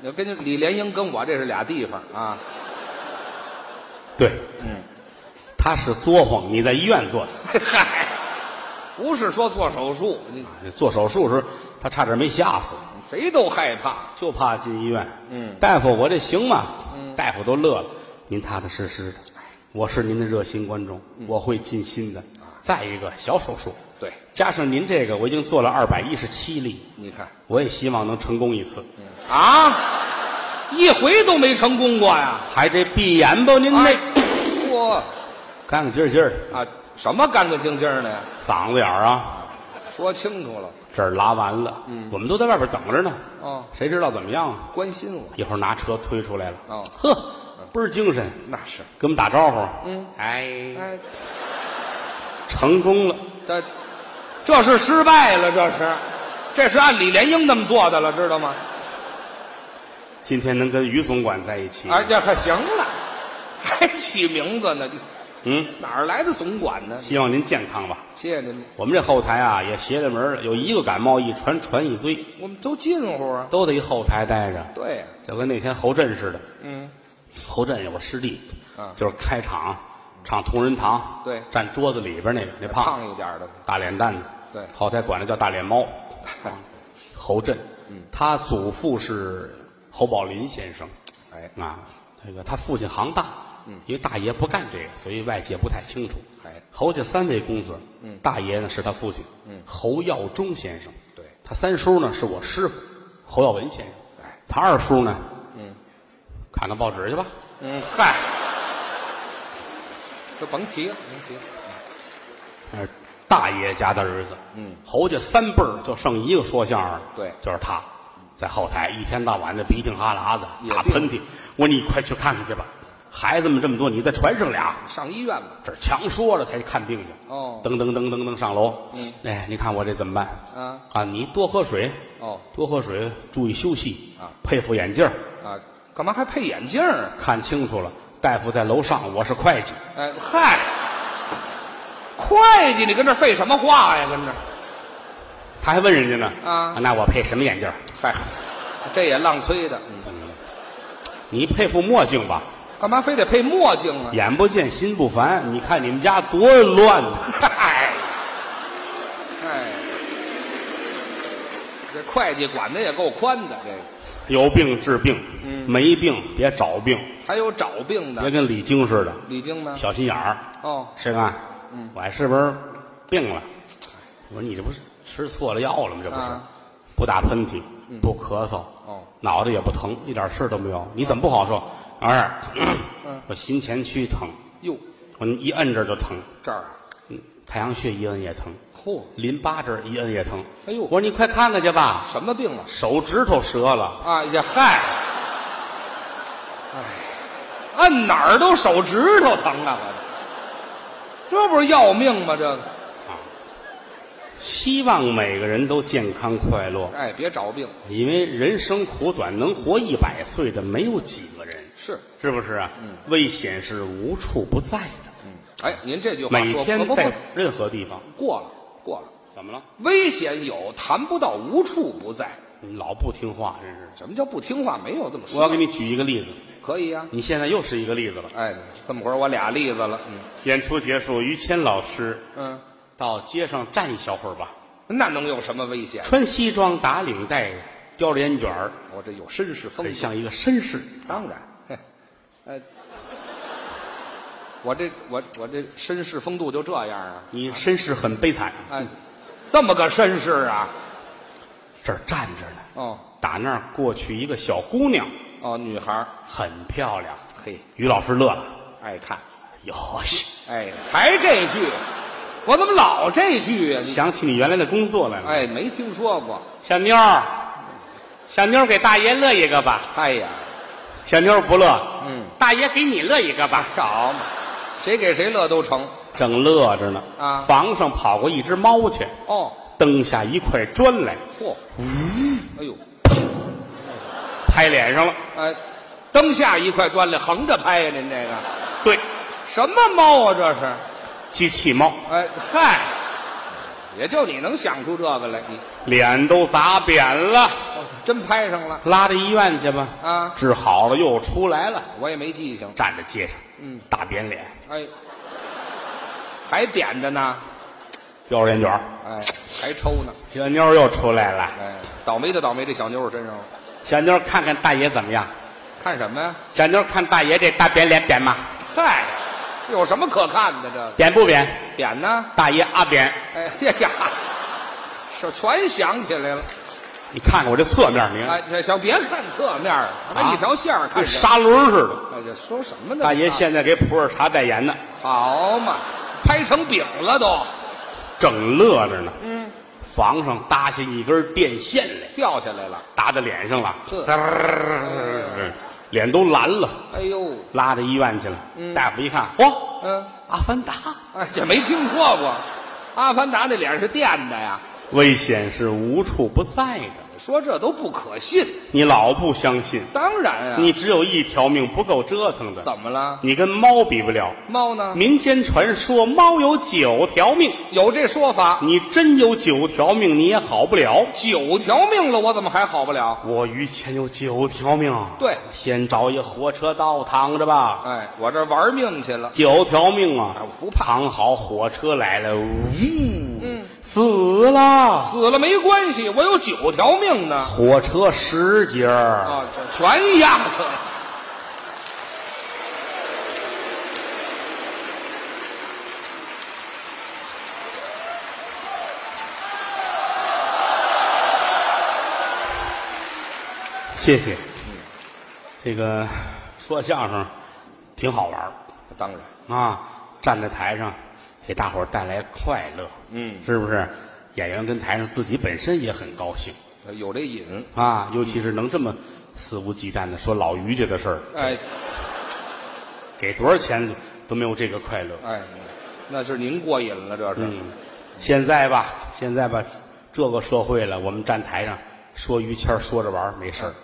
Speaker 3: 你跟李莲英跟我这是俩地方啊。 [LAUGHS]
Speaker 2: 对，嗯，他是作坊，你在医院做的，
Speaker 3: 嗨，不是说做手术，你
Speaker 2: 做手术时他差点没吓死，
Speaker 3: 谁都害怕。
Speaker 2: 就怕进医院。嗯，大夫，我这行吗？
Speaker 3: 嗯
Speaker 2: 大夫都乐了，您踏踏实实的，我是您的热心观众，
Speaker 3: 嗯
Speaker 2: 我会尽心的。再一个小手术，
Speaker 3: 对，
Speaker 2: 加上您这个，我已经做了二百一十七例，
Speaker 3: 你看
Speaker 2: 我也希望能成功一次。
Speaker 3: 啊，一回都没成功过呀。
Speaker 2: 还得闭眼吧，您
Speaker 3: 哎
Speaker 2: 这，
Speaker 3: 我
Speaker 2: 干干净净儿，
Speaker 3: 啊，什么干干净净的呀？
Speaker 2: 嗓子眼儿啊，
Speaker 3: 说清楚了，
Speaker 2: 这儿拉完了，嗯，我们都在外边等着呢，
Speaker 3: 哦
Speaker 2: 谁知道怎么样啊？
Speaker 3: 关心我
Speaker 2: 一会儿拿车推出来了，
Speaker 3: 哦
Speaker 2: 呵，倍儿精神，
Speaker 3: 那是。
Speaker 2: 给我们打招呼，
Speaker 3: 嗯，
Speaker 2: 哎，
Speaker 3: 哎，
Speaker 2: 成功了，
Speaker 3: 这这是失败了，这是，这是按李莲英那么做的了，知道吗？
Speaker 2: 今天能跟于总管在一起，
Speaker 3: 哎，这还行了，还起名字呢，
Speaker 2: 嗯，
Speaker 3: 哪儿来的总管呢？
Speaker 2: 希望您健康吧。
Speaker 3: 谢谢你们，
Speaker 2: 我们这后台啊也邪了门了，有一个感冒一传传一堆，
Speaker 3: 我们都近乎啊。
Speaker 2: 都得后台待着，
Speaker 3: 对啊呀、
Speaker 2: 就跟那天侯震似的，
Speaker 3: 嗯，
Speaker 2: 侯震有个师弟，
Speaker 3: 啊
Speaker 2: 就是开场唱同仁堂，
Speaker 3: 对
Speaker 2: 站桌子里边那个那胖子
Speaker 3: 胖一点的，
Speaker 2: 大脸蛋子，
Speaker 3: 对
Speaker 2: 后台管他叫大脸
Speaker 3: [LAUGHS]
Speaker 2: 猫，侯震，
Speaker 3: 嗯
Speaker 2: 他祖父是侯宝林先生，
Speaker 3: 哎
Speaker 2: 啊，那个他父亲行大，
Speaker 3: 嗯
Speaker 2: 因为大爷不干这个，所以外界不太清楚。
Speaker 3: 哎
Speaker 2: 侯家三位公子，
Speaker 3: 嗯
Speaker 2: 大爷呢是他父亲，侯耀中先生，
Speaker 3: 对
Speaker 2: 他三叔呢是我师傅侯耀文先生，
Speaker 3: 哎，
Speaker 2: 他二叔呢，看看报纸去吧，
Speaker 3: 嗯，嗨，就甭提了，甭提了。
Speaker 2: 那是呃大爷家的儿子，嗯，侯家三辈儿就剩一个说相声的，
Speaker 3: 对
Speaker 2: 就是他，在后台一天到晚的鼻涕哈喇子
Speaker 3: 也
Speaker 2: 打喷嚏，我说你快去看看去吧，孩子们这么多，你再传上俩，
Speaker 3: 上医院吧，
Speaker 2: 这强说着才看病去，
Speaker 3: 哦
Speaker 2: 噔噔噔噔噔上楼，嗯，哎，你看我这怎么办？
Speaker 3: 啊
Speaker 2: 啊，你多喝水，
Speaker 3: 哦
Speaker 2: 多喝水，注意休息
Speaker 3: 啊，
Speaker 2: 配副眼镜儿
Speaker 3: 啊，干嘛还配眼镜儿啊？
Speaker 2: 看清楚了，大夫在楼上，我是会计，
Speaker 3: 哎，嗨，会计，你跟这儿废什么话呀？跟这儿，
Speaker 2: 他还问人家呢，
Speaker 3: 啊
Speaker 2: 那我配什么眼镜儿？
Speaker 3: 嗨，这也浪催的，嗯，
Speaker 2: 你配副墨镜吧。
Speaker 3: 干嘛非得配墨镜啊？
Speaker 2: [LAUGHS] 眼不见心不烦，你看你们家多乱
Speaker 3: [LAUGHS]
Speaker 2: 呐！
Speaker 3: 嗨，哎，这会计管的也够宽的，这个
Speaker 2: 有病治病，
Speaker 3: 嗯
Speaker 2: 没病别找病，
Speaker 3: 还有找病
Speaker 2: 别
Speaker 3: 的。
Speaker 2: 跟李菁似的，
Speaker 3: 李菁呢？
Speaker 2: 小心眼儿。
Speaker 3: 哦，
Speaker 2: 师哥，我还是不是病了？我说你这不是吃错了药了吗？这不是，
Speaker 3: 啊嗯
Speaker 2: 不打喷嚏，不咳嗽，
Speaker 3: 哦
Speaker 2: 脑袋也不疼，一点事儿都没有。你怎么不好受？老师，
Speaker 3: 嗯
Speaker 2: 我心前区疼，
Speaker 3: 哟，
Speaker 2: 我一摁这儿就疼，
Speaker 3: 这儿啊，
Speaker 2: 嗯太阳穴一摁也疼，
Speaker 3: 嚯，
Speaker 2: 淋巴这儿一摁也疼。
Speaker 3: 哎呦
Speaker 2: 我说你快看看去吧。
Speaker 3: 什么病啊？
Speaker 2: 手指头折了，
Speaker 3: 啊呀，嗨，哎，按哪儿都手指头疼啊！我这这不是要命吗？这个，
Speaker 2: 希望每个人都健康快乐，
Speaker 3: 哎，别找病，
Speaker 2: 因为人生苦短，能活一百岁的没有几个人，
Speaker 3: 是，
Speaker 2: 是不是啊？
Speaker 3: 嗯
Speaker 2: 危险是无处不在的，
Speaker 3: 哎，您这句话
Speaker 2: 每
Speaker 3: 说
Speaker 2: 天
Speaker 3: 不不
Speaker 2: 在
Speaker 3: 不
Speaker 2: 任何地方。
Speaker 3: 过了过了，
Speaker 2: 怎么了？
Speaker 3: 危险有，谈不到无处不在。
Speaker 2: 你老不听话，真是！
Speaker 3: 什么叫不听话？没有这么
Speaker 2: 我要
Speaker 3: 说，
Speaker 2: 给你举一个例子，
Speaker 3: 可以呀、
Speaker 2: 你现在又是一个例子了。
Speaker 3: 哎，这么会儿我俩例子了，嗯
Speaker 2: 演出结束，于谦老师
Speaker 3: 嗯，
Speaker 2: 到街上站一小会儿吧，
Speaker 3: 那能有什么危险？
Speaker 2: 穿西装打领带，叼着烟卷儿，
Speaker 3: 我这有绅士风
Speaker 2: 很
Speaker 3: 度，
Speaker 2: 像一个绅士。
Speaker 3: 当然，嘿呃，我这我我这绅士风度就这样啊，
Speaker 2: 你身世很悲惨，
Speaker 3: 哎，这么个绅士啊，
Speaker 2: 这儿站着呢。
Speaker 3: 哦
Speaker 2: 打那儿过去一个小姑娘，
Speaker 3: 哦，女孩儿
Speaker 2: 很漂亮。
Speaker 3: 嘿，
Speaker 2: 于老师乐了，
Speaker 3: 爱看，
Speaker 2: 哟西，
Speaker 3: 哎，还这句，我怎么老这句呀、你
Speaker 2: 想起你原来的工作来了。
Speaker 3: 哎，没听说过，
Speaker 2: 小妞儿，小妞儿给大爷乐一个吧。
Speaker 3: 哎呀，
Speaker 2: 小妞儿不乐，
Speaker 3: 嗯，
Speaker 2: 大爷给你乐一个吧。
Speaker 3: 好嘛，谁给谁乐都成
Speaker 2: 正乐着呢，
Speaker 3: 啊
Speaker 2: 房上跑过一只猫去，
Speaker 3: 哦，
Speaker 2: 蹬下一块砖来，
Speaker 3: 嚯，哎呦，
Speaker 2: 拍脸上了。
Speaker 3: 哎，灯下一块砖来横着拍呀、您这个
Speaker 2: 对，
Speaker 3: 什么猫啊这是？
Speaker 2: 机器猫
Speaker 3: 哎嗨，也就你能想出这个来，你哦
Speaker 2: 脸都砸扁了，
Speaker 3: 真拍上了
Speaker 2: 拉到医院去吧。
Speaker 3: 啊！
Speaker 2: 治好了又出来了，
Speaker 3: 我也没记性，
Speaker 2: 站在街上，
Speaker 3: 嗯，
Speaker 2: 大扁脸，
Speaker 3: 哎，还扁着呢，
Speaker 2: 叼着烟卷儿
Speaker 3: 哎，还抽呢，
Speaker 2: 小妞儿又出来了。
Speaker 3: 哎，倒霉就倒霉这小妞儿身上了。
Speaker 2: 小妞儿看看大爷怎么样？
Speaker 3: 看什么呀？
Speaker 2: 小妞儿看大爷这大扁脸扁吗？
Speaker 3: 嗨，有什么可看的？这个
Speaker 2: 扁不扁？
Speaker 3: 扁呢？
Speaker 2: 大爷啊扁，
Speaker 3: 哎 [LAUGHS] 呀呀，是全想起来了。
Speaker 2: 你看看我这侧面，你看啊
Speaker 3: 哎，这行别看侧面儿，那一条线儿看
Speaker 2: 跟
Speaker 3: 着。
Speaker 2: 砂轮似的。
Speaker 3: 哎，这说什么呢？
Speaker 2: 大爷
Speaker 3: 这
Speaker 2: 现在给普洱茶代言呢，
Speaker 3: 好嘛，拍成饼了都，
Speaker 2: 正乐着呢。嗯，房上搭下一根电线来，
Speaker 3: 掉下来了。
Speaker 2: 搭在脸上了
Speaker 3: 呵，
Speaker 2: 滋儿脸都蓝了，
Speaker 3: 哎呦，
Speaker 2: 拉到医院去了。大夫一看，嚯，
Speaker 3: 嗯，
Speaker 2: 阿凡达，
Speaker 3: 哎，这没听说过。阿凡达那脸是垫的呀，
Speaker 2: 危险是无处不在的。
Speaker 3: 说这都不可信。
Speaker 2: 你老不相信，
Speaker 3: 当然啊，
Speaker 2: 你只有一条命，不够折腾的。
Speaker 3: 怎么了？
Speaker 2: 你跟猫比不了。
Speaker 3: 猫呢？
Speaker 2: 民间传说猫有九条命，
Speaker 3: 有这说法，
Speaker 2: 你真有九条命，你也好不了。
Speaker 3: 九条命了，我怎么还好不了？
Speaker 2: 我于谦有九条命，
Speaker 3: 对
Speaker 2: 先找一火车道躺着吧。
Speaker 3: 哎，我这玩命去了。
Speaker 2: 九条命啊
Speaker 3: 啊，
Speaker 2: 不怕。躺好，火车来了，呜，死了。
Speaker 3: 死了没关系，我有九条命呢。
Speaker 2: 火车十节儿，
Speaker 3: 啊，这全压死了。
Speaker 2: 谢谢。这个说相声挺好玩儿
Speaker 3: 当然，
Speaker 2: 啊，站在台上给大伙儿带来快乐，
Speaker 3: 嗯
Speaker 2: 是不是？演员跟台上自己本身也很高兴
Speaker 3: 有这瘾。
Speaker 2: 啊，尤其是能这么肆无忌惮的说老于家的事儿，
Speaker 3: 哎
Speaker 2: 给多少钱都没有这个快乐。
Speaker 3: 哎，那是您过瘾了，这是。
Speaker 2: 嗯，现在吧，现在吧，这个社会了，我们站台上说于谦儿说着玩儿没事儿，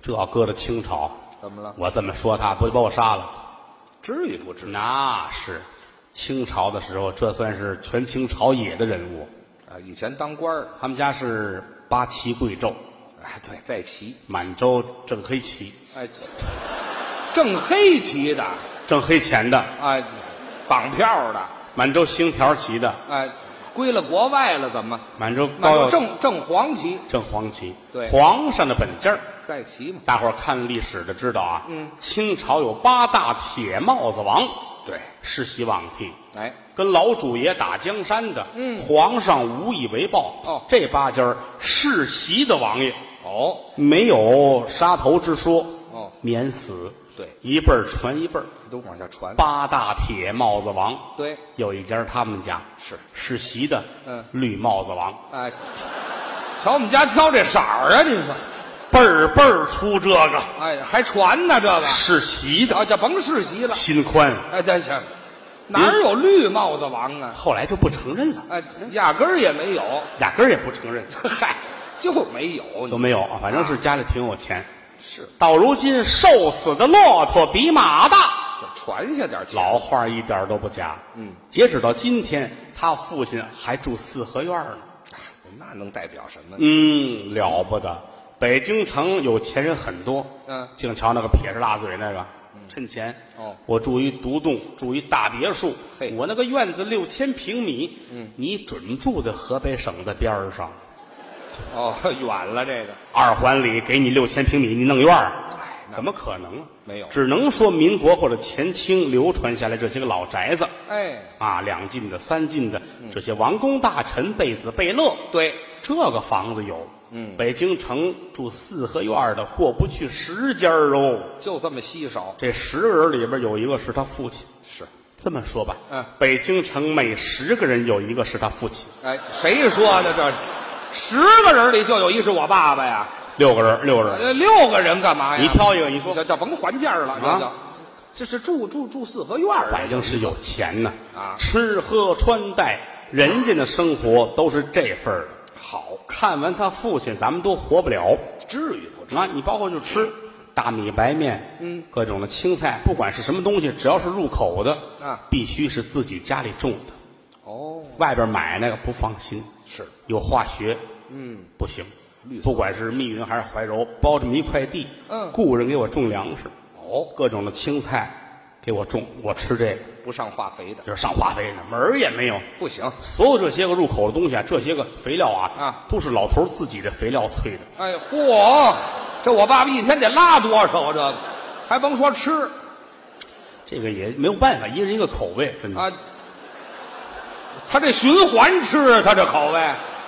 Speaker 2: 这要搁到清朝，
Speaker 3: 怎么了？
Speaker 2: 我这么说他，不就把我杀了？
Speaker 3: 至于不至于
Speaker 2: 那是清朝的时候，这算是权倾朝野的人物。
Speaker 3: 啊？以前当官儿，
Speaker 2: 他们家是八旗贵胄，
Speaker 3: 哎，对，在旗，
Speaker 2: 满洲正黑旗，
Speaker 3: 哎，正黑旗的，
Speaker 2: 正黑钱的，
Speaker 3: 哎，绑票的，
Speaker 2: 满洲星条旗的，
Speaker 3: 哎，归了国外了，怎么？
Speaker 2: 满洲
Speaker 3: 那
Speaker 2: 高
Speaker 3: 就
Speaker 2: 要
Speaker 3: 正正黄旗，
Speaker 2: 正黄旗，
Speaker 3: 对
Speaker 2: 皇上的本家儿。
Speaker 3: 在旗嘛。
Speaker 2: 大伙儿看历史的知道啊，
Speaker 3: 嗯
Speaker 2: 清朝有八大铁帽子王，
Speaker 3: 对，
Speaker 2: 世袭罔替，
Speaker 3: 哎，
Speaker 2: 跟老主爷打江山的，
Speaker 3: 嗯
Speaker 2: 皇上无以为报，
Speaker 3: 哦
Speaker 2: 这八家儿世袭的王爷
Speaker 3: 哦，
Speaker 2: 没有杀头之说，
Speaker 3: 哦
Speaker 2: 免死，
Speaker 3: 对，
Speaker 2: 一辈儿传一辈儿，
Speaker 3: 都往下传。
Speaker 2: 八大铁帽子王，
Speaker 3: 对，
Speaker 2: 有一家儿他们家
Speaker 3: 是
Speaker 2: 世袭的，
Speaker 3: 嗯
Speaker 2: 绿帽子王，
Speaker 3: 哎，瞧我们家挑这色儿啊！你说，
Speaker 2: 辈儿辈儿出这个
Speaker 3: 哎，还传呢这 [LAUGHS] 个？
Speaker 2: 世袭的，
Speaker 3: 啊，这甭世袭了。
Speaker 2: 心宽，
Speaker 3: 哎，这行，哪儿有绿帽子王啊？
Speaker 2: 后来就不承认了。
Speaker 3: 哎，压根儿也没有。
Speaker 2: 压根儿也不承认，
Speaker 3: 嗨，就没有，
Speaker 2: 都没有，啊反正是家里挺有钱。
Speaker 3: 是
Speaker 2: 到如今，瘦死的骆驼比马大，
Speaker 3: 就传下点钱。
Speaker 2: 老话一点都不假。嗯，截止到今天，他父亲还住四合院呢。
Speaker 3: 那能代表什么呢？
Speaker 2: 嗯，了不得。北京城有钱人很多，
Speaker 3: 嗯
Speaker 2: 净瞧那个撇着大嘴那个，趁钱。
Speaker 3: 哦
Speaker 2: 我住一独栋，住一大别墅
Speaker 3: 嘿，
Speaker 2: 我那个院子六千平米。嗯，你准住在河北省的边儿上，
Speaker 3: 哦，远了这个
Speaker 2: 二环里给你六千平米，你弄院儿？怎么可能啊？
Speaker 3: 哎没有
Speaker 2: 只能说民国或者前清流传下来这些个老宅子，
Speaker 3: 哎，
Speaker 2: 啊，两进的、三进的，
Speaker 3: 嗯
Speaker 2: 这些王公大臣贝子贝勒，
Speaker 3: 对，
Speaker 2: 这个房子有。嗯，北京城住四合院儿的过不去十家儿哦。
Speaker 3: 就这么稀少，
Speaker 2: 这十个人里边有一个是他父亲。
Speaker 3: 是，
Speaker 2: 这么说吧，
Speaker 3: 嗯
Speaker 2: 北京城每十个人有一个是他父亲，
Speaker 3: 哎，谁说的这？十个人里就有一是我爸爸呀，
Speaker 2: 六个人，六个人，
Speaker 3: 呃，六个人干嘛呀？
Speaker 2: 你挑一个，你说
Speaker 3: 这这甭还价了，这
Speaker 2: 啊
Speaker 3: 叫、这是住住住四合院儿啊
Speaker 2: 反正是有钱呐
Speaker 3: 啊
Speaker 2: 吃喝穿戴，人家的生活都是这份儿的。
Speaker 3: 好，
Speaker 2: 看完他父亲，咱们都活不了。
Speaker 3: 至于不？
Speaker 2: 啊，你包括就吃大米、白面，嗯，各种的青菜，不管是什么东西，只要是入口的，
Speaker 3: 啊，
Speaker 2: 必须是自己家里种的，
Speaker 3: 哦，
Speaker 2: 外边买那个不放心，
Speaker 3: 是
Speaker 2: 有化学，嗯，不行
Speaker 3: 绿。色
Speaker 2: 不管是密云还是怀柔，包这么一块地，
Speaker 3: 嗯
Speaker 2: 雇人给我种粮食，
Speaker 3: 哦，
Speaker 2: 各种的青菜给我种，我吃这个，
Speaker 3: 不上化肥的
Speaker 2: 就是上化肥呢，门儿也没有。
Speaker 3: 不行，
Speaker 2: 所有这些个入口的东西啊，这些个肥料啊，
Speaker 3: 啊，
Speaker 2: 都是老头儿自己的肥料催的。
Speaker 3: 哎，嚯，这我爸爸一天得拉多少啊？这个还甭说吃
Speaker 2: 这个也没有办法，一人一个口味，真的。
Speaker 3: 啊，他这循环吃，啊他这口味，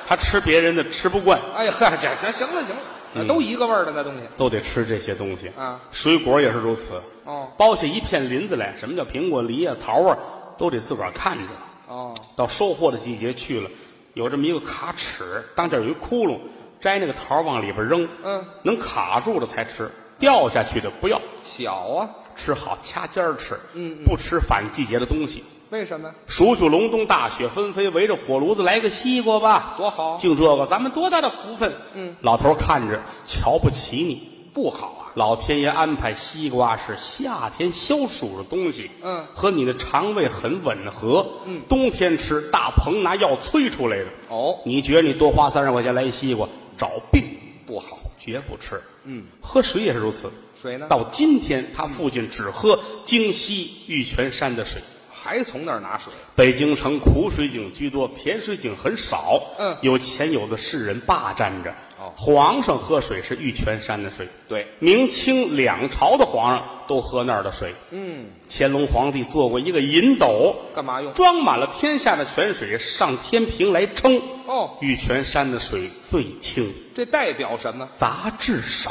Speaker 2: 他吃别人的吃不惯，
Speaker 3: 哎嗨，这这行了行了，都一个味儿的那东西，
Speaker 2: 都得吃这些东西。
Speaker 3: 啊
Speaker 2: 水果也是如此。
Speaker 3: 哦
Speaker 2: 包下一片林子来，什么叫苹果、梨啊、桃啊，都得自个儿看着。
Speaker 3: 哦，
Speaker 2: 到收获的季节去了，有这么一个卡尺，当间有一窟窿，摘那个桃儿往里边扔。
Speaker 3: 嗯，
Speaker 2: 能卡住的才吃，掉下去的不要。
Speaker 3: 小啊，
Speaker 2: 吃好掐尖儿吃，嗯，不吃反季节的东西。
Speaker 3: 为什么？
Speaker 2: 数九隆冬，大雪纷飞，围着火炉子来个西瓜吧，
Speaker 3: 多好
Speaker 2: 净这个，咱们多大的福分！嗯，老头儿看着瞧不起你，
Speaker 3: 不好啊，
Speaker 2: 老天爷安排西瓜是夏天消暑的东西，
Speaker 3: 嗯
Speaker 2: 和你的肠胃很吻合，嗯，冬天吃大棚拿药催出来的，
Speaker 3: 哦，
Speaker 2: 你觉得你多花三十块钱来一西瓜找病，
Speaker 3: 不好，
Speaker 2: 绝不吃，嗯，喝水也是如此。
Speaker 3: 水呢？
Speaker 2: 到今天，他父亲只喝京西玉泉山的水。
Speaker 3: 还从那儿拿水？
Speaker 2: 北京城苦水井居多，甜水井很少。
Speaker 3: 嗯
Speaker 2: 有钱有的是人霸占着。
Speaker 3: 哦
Speaker 2: 皇上喝水是玉泉山的水。
Speaker 3: 对
Speaker 2: 明清两朝的皇上都喝那儿的水。
Speaker 3: 嗯，
Speaker 2: 乾隆皇帝做过一个银斗，
Speaker 3: 干嘛用？
Speaker 2: 装满了天下的泉水，上天平来称。
Speaker 3: 哦
Speaker 2: 玉泉山的水最清，
Speaker 3: 这代表什么？
Speaker 2: 杂质少。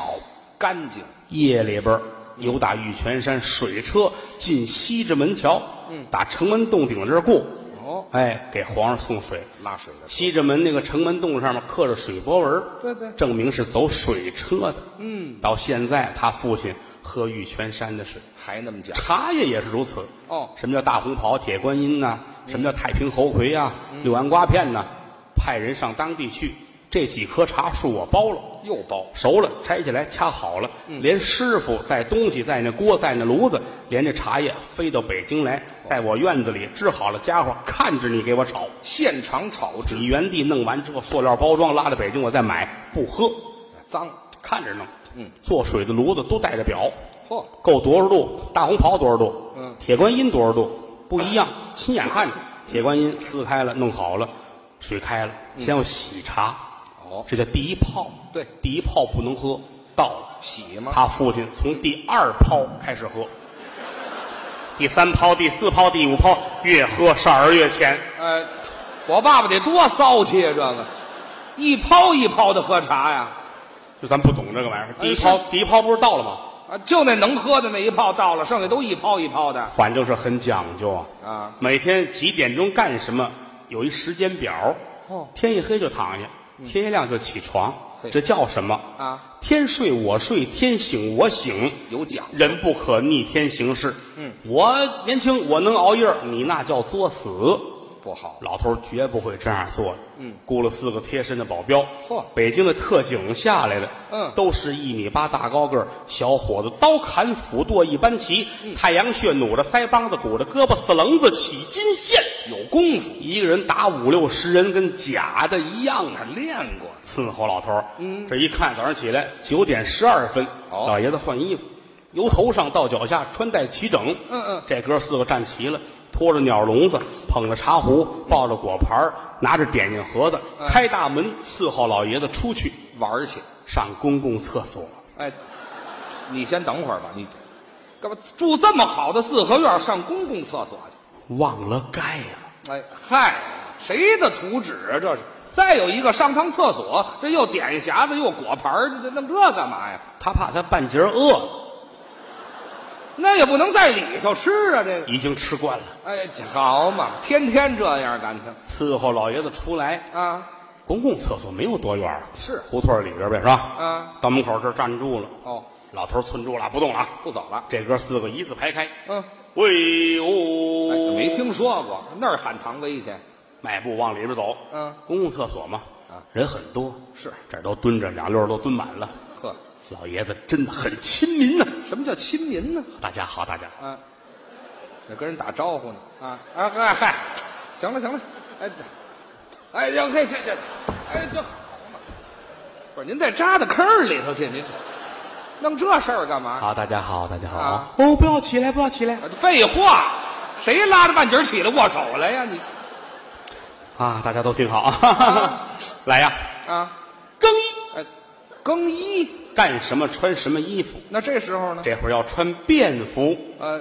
Speaker 3: 干净。
Speaker 2: 夜里边儿有打玉泉山水车进西直门桥，嗯，打城门洞顶这儿过，
Speaker 3: 哦，
Speaker 2: 哎，给皇上送水。
Speaker 3: 拉水的。
Speaker 2: 西直门那个城门洞上面刻着水波纹，
Speaker 3: 对对
Speaker 2: 证明是走水车的。嗯，到现在他父亲喝玉泉山的水，
Speaker 3: 还那么讲？
Speaker 2: 茶叶也是如此。
Speaker 3: 哦
Speaker 2: 什么叫大红袍、铁观音呐、什么叫太平猴魁啊、
Speaker 3: 嗯
Speaker 2: 六安瓜片呐、派人上当地去，这几棵茶树我包了。
Speaker 3: 又包
Speaker 2: 熟了，拆下来掐好了，
Speaker 3: 嗯
Speaker 2: 连师傅在东西在那锅在那炉子，连这茶叶飞到北京来，在我院子里支好了家伙，看着你给我炒，
Speaker 3: 现场炒制，
Speaker 2: 你原地弄完之后，塑料包装拉到北京，我再买，不喝，
Speaker 3: 脏。
Speaker 2: 看着弄。嗯，做水的炉子都带着表，
Speaker 3: 嚯，
Speaker 2: 够多少度？大红袍多少度？
Speaker 3: 嗯
Speaker 2: 铁观音多少度？不一样，亲眼看着铁观音撕开了，弄好了，水开了，先要洗茶，
Speaker 3: 嗯哦
Speaker 2: 这叫第一泡。
Speaker 3: 对
Speaker 2: 第一泡不能喝，倒了。
Speaker 3: 洗吗？
Speaker 2: 他父亲从第二泡开始喝，第三泡、第四泡、第五泡，越喝色儿越浅。
Speaker 3: 哎，我爸爸得多骚气啊！这个一泡一泡的喝茶呀，
Speaker 2: 就咱不懂这个玩意儿。
Speaker 3: 哎
Speaker 2: 第一泡，第一泡不是倒了吗？
Speaker 3: 啊，就那能喝的那一泡到了，剩下都一泡一泡的。
Speaker 2: 反正是很讲究啊。
Speaker 3: 啊，
Speaker 2: 每天几点钟干什么，有一时间表。
Speaker 3: 哦嗯
Speaker 2: 天一黑就躺下，天一亮就起床，
Speaker 3: 嘿
Speaker 2: 这叫什么
Speaker 3: 啊？
Speaker 2: 天睡我睡，天醒我醒。
Speaker 3: 有讲
Speaker 2: 人不可逆天行事。嗯，我年轻，我能熬夜儿，你那叫作死。
Speaker 3: 不好，
Speaker 2: 老头儿绝不会这样做的。嗯，雇了四个贴身的保镖。
Speaker 3: 嚯
Speaker 2: 北京的特警下来的，
Speaker 3: 嗯
Speaker 2: 都是一米八大高个儿小伙子，刀砍斧剁一般齐，
Speaker 3: 嗯
Speaker 2: 太阳穴努着腮帮子，鼓着胳膊四棱子起筋线，
Speaker 3: 有功夫，
Speaker 2: 一个人打五六十人，跟假的一样啊！
Speaker 3: 练过。嗯
Speaker 2: 伺候老头儿，这一看早上起来九点十二分，
Speaker 3: 哦
Speaker 2: 老爷子换衣服，由头上到脚下，穿戴齐整。
Speaker 3: 嗯嗯
Speaker 2: 这哥四个站齐了，拖着鸟笼子，捧着茶壶，抱着果盘儿拿着点心盒子，
Speaker 3: 嗯
Speaker 2: 开大门伺候老爷子出去
Speaker 3: 玩儿去。
Speaker 2: 上公共厕所。
Speaker 3: 哎，你先等会儿吧，你干嘛住这么好的四合院上公共厕所去？
Speaker 2: 忘了盖了，
Speaker 3: 哎嗨，谁的图纸啊这是？再有一个上趟厕所，这又点匣子又果盘儿，你这弄这干嘛呀？
Speaker 2: 他怕他半截儿饿，
Speaker 3: 那也不能在里头吃啊，这个。
Speaker 2: 已经吃惯了。
Speaker 3: 哎，好嘛，天天这样，感情
Speaker 2: 伺候老爷子出来，
Speaker 3: 啊，
Speaker 2: 公共厕所没有多远儿
Speaker 3: 是
Speaker 2: 胡同里边呗，是吧？
Speaker 3: 嗯，
Speaker 2: 到门口这儿站住了，
Speaker 3: 哦，
Speaker 2: 老头儿寸住了，不动了啊。
Speaker 3: 不走了，
Speaker 2: 这哥四个一字排开，
Speaker 3: 嗯，
Speaker 2: 喂
Speaker 3: 哎
Speaker 2: 哦，
Speaker 3: 没听说过那儿喊唐威去，
Speaker 2: 迈步往里边走。
Speaker 3: 嗯，
Speaker 2: 公共厕所嘛，
Speaker 3: 啊，
Speaker 2: 人很多，
Speaker 3: 是
Speaker 2: 这儿都蹲着，两溜儿都蹲满了。
Speaker 3: 呵，
Speaker 2: 老爷子真的很亲民呐、
Speaker 3: 什么叫亲民呢？
Speaker 2: 大家好，大家好，
Speaker 3: 啊，得跟人打招呼呢，啊啊嗨嗨，行了行了，哎，哎呀，嘿这这，哎这，不是您再扎到坑儿里头去，您这弄这事儿干嘛？
Speaker 2: 好，大家好，大家好。
Speaker 3: 啊
Speaker 2: 哦，不要起来，不要起来
Speaker 3: 废话，谁拉着半截儿起来握手来呀？你
Speaker 2: 啊！大家都挺好啊， [LAUGHS] 来呀，
Speaker 3: 啊，
Speaker 2: 更衣，
Speaker 3: 哎，更衣。
Speaker 2: 干什么穿什么衣服。
Speaker 3: 那这时候呢？
Speaker 2: 这会儿要穿便服，
Speaker 3: 呃，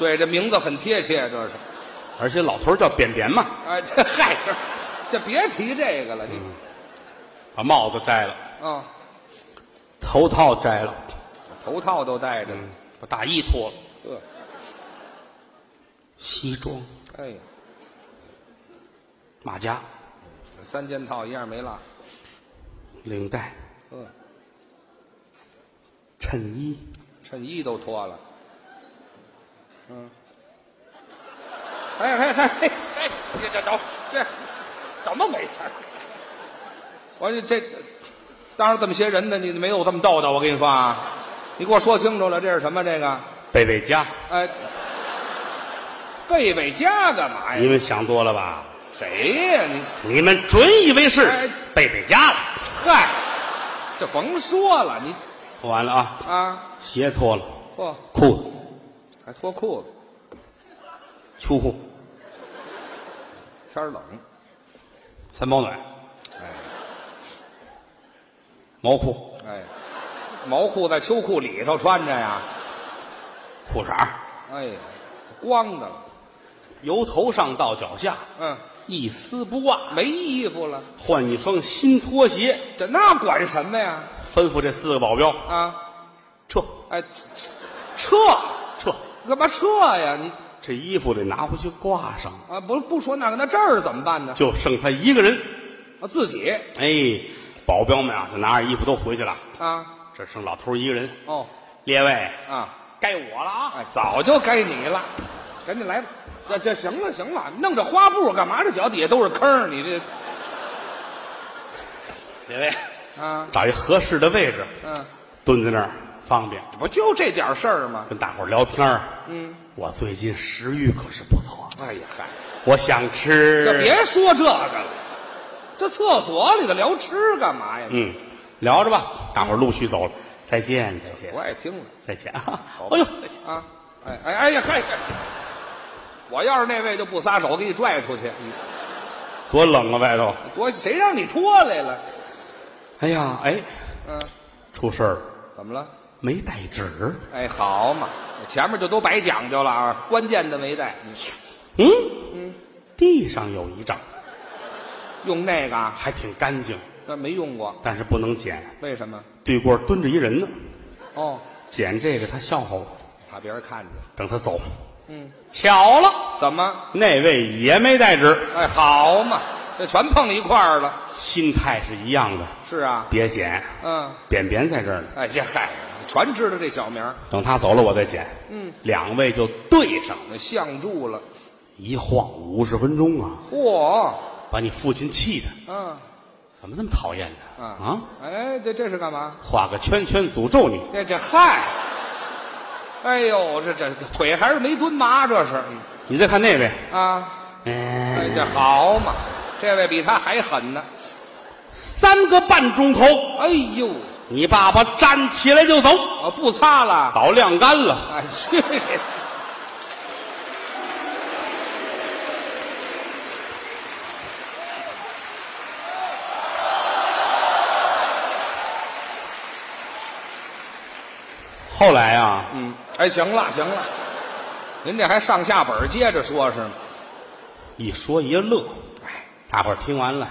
Speaker 3: 对，这名字很贴切，这是。
Speaker 2: 而且老头儿叫扁扁嘛，
Speaker 3: 哎，这嗨是，这别提这个了，你
Speaker 2: 把帽子摘了，
Speaker 3: 啊，
Speaker 2: 头套摘了，
Speaker 3: 头套都戴着呢。
Speaker 2: 嗯，把大衣脱了，
Speaker 3: 呃，
Speaker 2: 西装、
Speaker 3: 哎呀，
Speaker 2: 马甲、
Speaker 3: 三件套一样没落。
Speaker 2: 领带、
Speaker 3: 嗯，
Speaker 2: 衬衣，
Speaker 3: 衬衣都脱了。嗯。哎哎哎哎哎，这这等这什么没事儿？我这这，当然这么些人呢，你没有这么逗的，我跟你说啊，你给我说清楚了，这是什么？这个？
Speaker 2: 贝贝佳，
Speaker 3: 哎，贝贝家干嘛
Speaker 2: 你
Speaker 3: 呀？
Speaker 2: 们想多了吧？
Speaker 3: 谁呀、你？
Speaker 2: 你们准以为是
Speaker 3: 哎
Speaker 2: 贝贝佳了。
Speaker 3: 嗨，这甭说了，你
Speaker 2: 脱完了啊，
Speaker 3: 啊，
Speaker 2: 鞋脱了，
Speaker 3: 嚯，
Speaker 2: 裤子、
Speaker 3: 还脱裤子，
Speaker 2: 秋裤、
Speaker 3: 天儿冷，
Speaker 2: 三保暖，毛裤、
Speaker 3: 哎，毛裤在秋裤里头穿着呀，
Speaker 2: 裤衩儿，
Speaker 3: 哎呀，光的了，
Speaker 2: 由头上到脚下
Speaker 3: 嗯，
Speaker 2: 一丝不挂，
Speaker 3: 没衣服了，
Speaker 2: 换一双新拖鞋。
Speaker 3: 这那管什么呀？
Speaker 2: 吩咐这四个保镖
Speaker 3: 啊，
Speaker 2: 撤
Speaker 3: 哎，撤，
Speaker 2: 撤，
Speaker 3: 干嘛撤呀？你
Speaker 2: 这衣服得拿回去挂上，
Speaker 3: 啊，不不说那个，那这儿怎么办呢？
Speaker 2: 就剩他一个人。
Speaker 3: 啊，自己
Speaker 2: 哎，保镖们啊，就拿着衣服都回去了，
Speaker 3: 啊，
Speaker 2: 只剩老头一个人。
Speaker 3: 哦，
Speaker 2: 列位，
Speaker 3: 啊。
Speaker 2: 该我了啊！
Speaker 3: 哎，早就该你了，赶紧来吧。这这行了行了，弄这花布干嘛？这脚底下都是坑儿，你这
Speaker 2: 列位，
Speaker 3: 啊，
Speaker 2: 找一合适的位置，
Speaker 3: 嗯，
Speaker 2: 蹲在那儿方便，
Speaker 3: 不就这点事儿吗？
Speaker 2: 跟大伙儿聊天嗯，我最近食欲可是不错，
Speaker 3: 哎呀嗨，
Speaker 2: 我想吃。
Speaker 3: 这别说这个了，这厕所里头聊吃干嘛呀？
Speaker 2: 嗯，聊着吧，大伙儿陆续走了。再见，再见
Speaker 3: 不，爱听了
Speaker 2: 再见啊！哎呦，再见
Speaker 3: 啊！哎哎哎呀嗨，这这我要是那位就不撒手，给你拽出去。你
Speaker 2: 多冷啊，外头！
Speaker 3: 我谁让你拖来了？
Speaker 2: 哎呀，哎，
Speaker 3: 嗯、
Speaker 2: 出事儿了，
Speaker 3: 怎么了？
Speaker 2: 没带纸。
Speaker 3: 哎，好嘛，前面就都白讲究了啊，关键的没带，你
Speaker 2: 嗯嗯，地上有一张，
Speaker 3: 用那个啊
Speaker 2: 还挺干净，
Speaker 3: 那没用过。
Speaker 2: 但是不能捡。
Speaker 3: 为什么？
Speaker 2: 对过蹲着一人呢，
Speaker 3: 哦，
Speaker 2: 捡这个他笑话我。
Speaker 3: 怕别人看见。
Speaker 2: 等他走，
Speaker 3: 嗯，
Speaker 2: 巧了，
Speaker 3: 怎么？
Speaker 2: 那位也没带纸，
Speaker 3: 哎，好嘛，这全碰一块儿了。
Speaker 2: 心态是一样的，
Speaker 3: 是啊，
Speaker 2: 别捡。
Speaker 3: 嗯，
Speaker 2: 扁扁在这儿呢，
Speaker 3: 哎，这嗨，全知道这小名儿，
Speaker 2: 等他走了我再捡。嗯，两位就对上了，
Speaker 3: 那相助呃了。
Speaker 2: 一晃五十分钟啊，
Speaker 3: 嚯，
Speaker 2: 把你父亲气的，
Speaker 3: 嗯
Speaker 2: 怎么这么讨厌呢？
Speaker 3: 啊，哎，这这是干嘛？
Speaker 2: 画个圈圈诅咒你，
Speaker 3: 这这嗨，哎呦，这这腿还是没蹲麻，这是嗯
Speaker 2: 你再看那位，
Speaker 3: 啊。哎，
Speaker 2: 嗯，
Speaker 3: 这好嘛，这位比他还狠呢。
Speaker 2: 三个半钟头，
Speaker 3: 哎呦，
Speaker 2: 你爸爸站起来就走，
Speaker 3: 啊，不擦了。
Speaker 2: 早晾干了。
Speaker 3: 哎，去你！
Speaker 2: 后来啊，
Speaker 3: 嗯，哎，行了行了，您这还上下本儿接着说是吗？
Speaker 2: 一说一乐，哎，大伙儿听完了，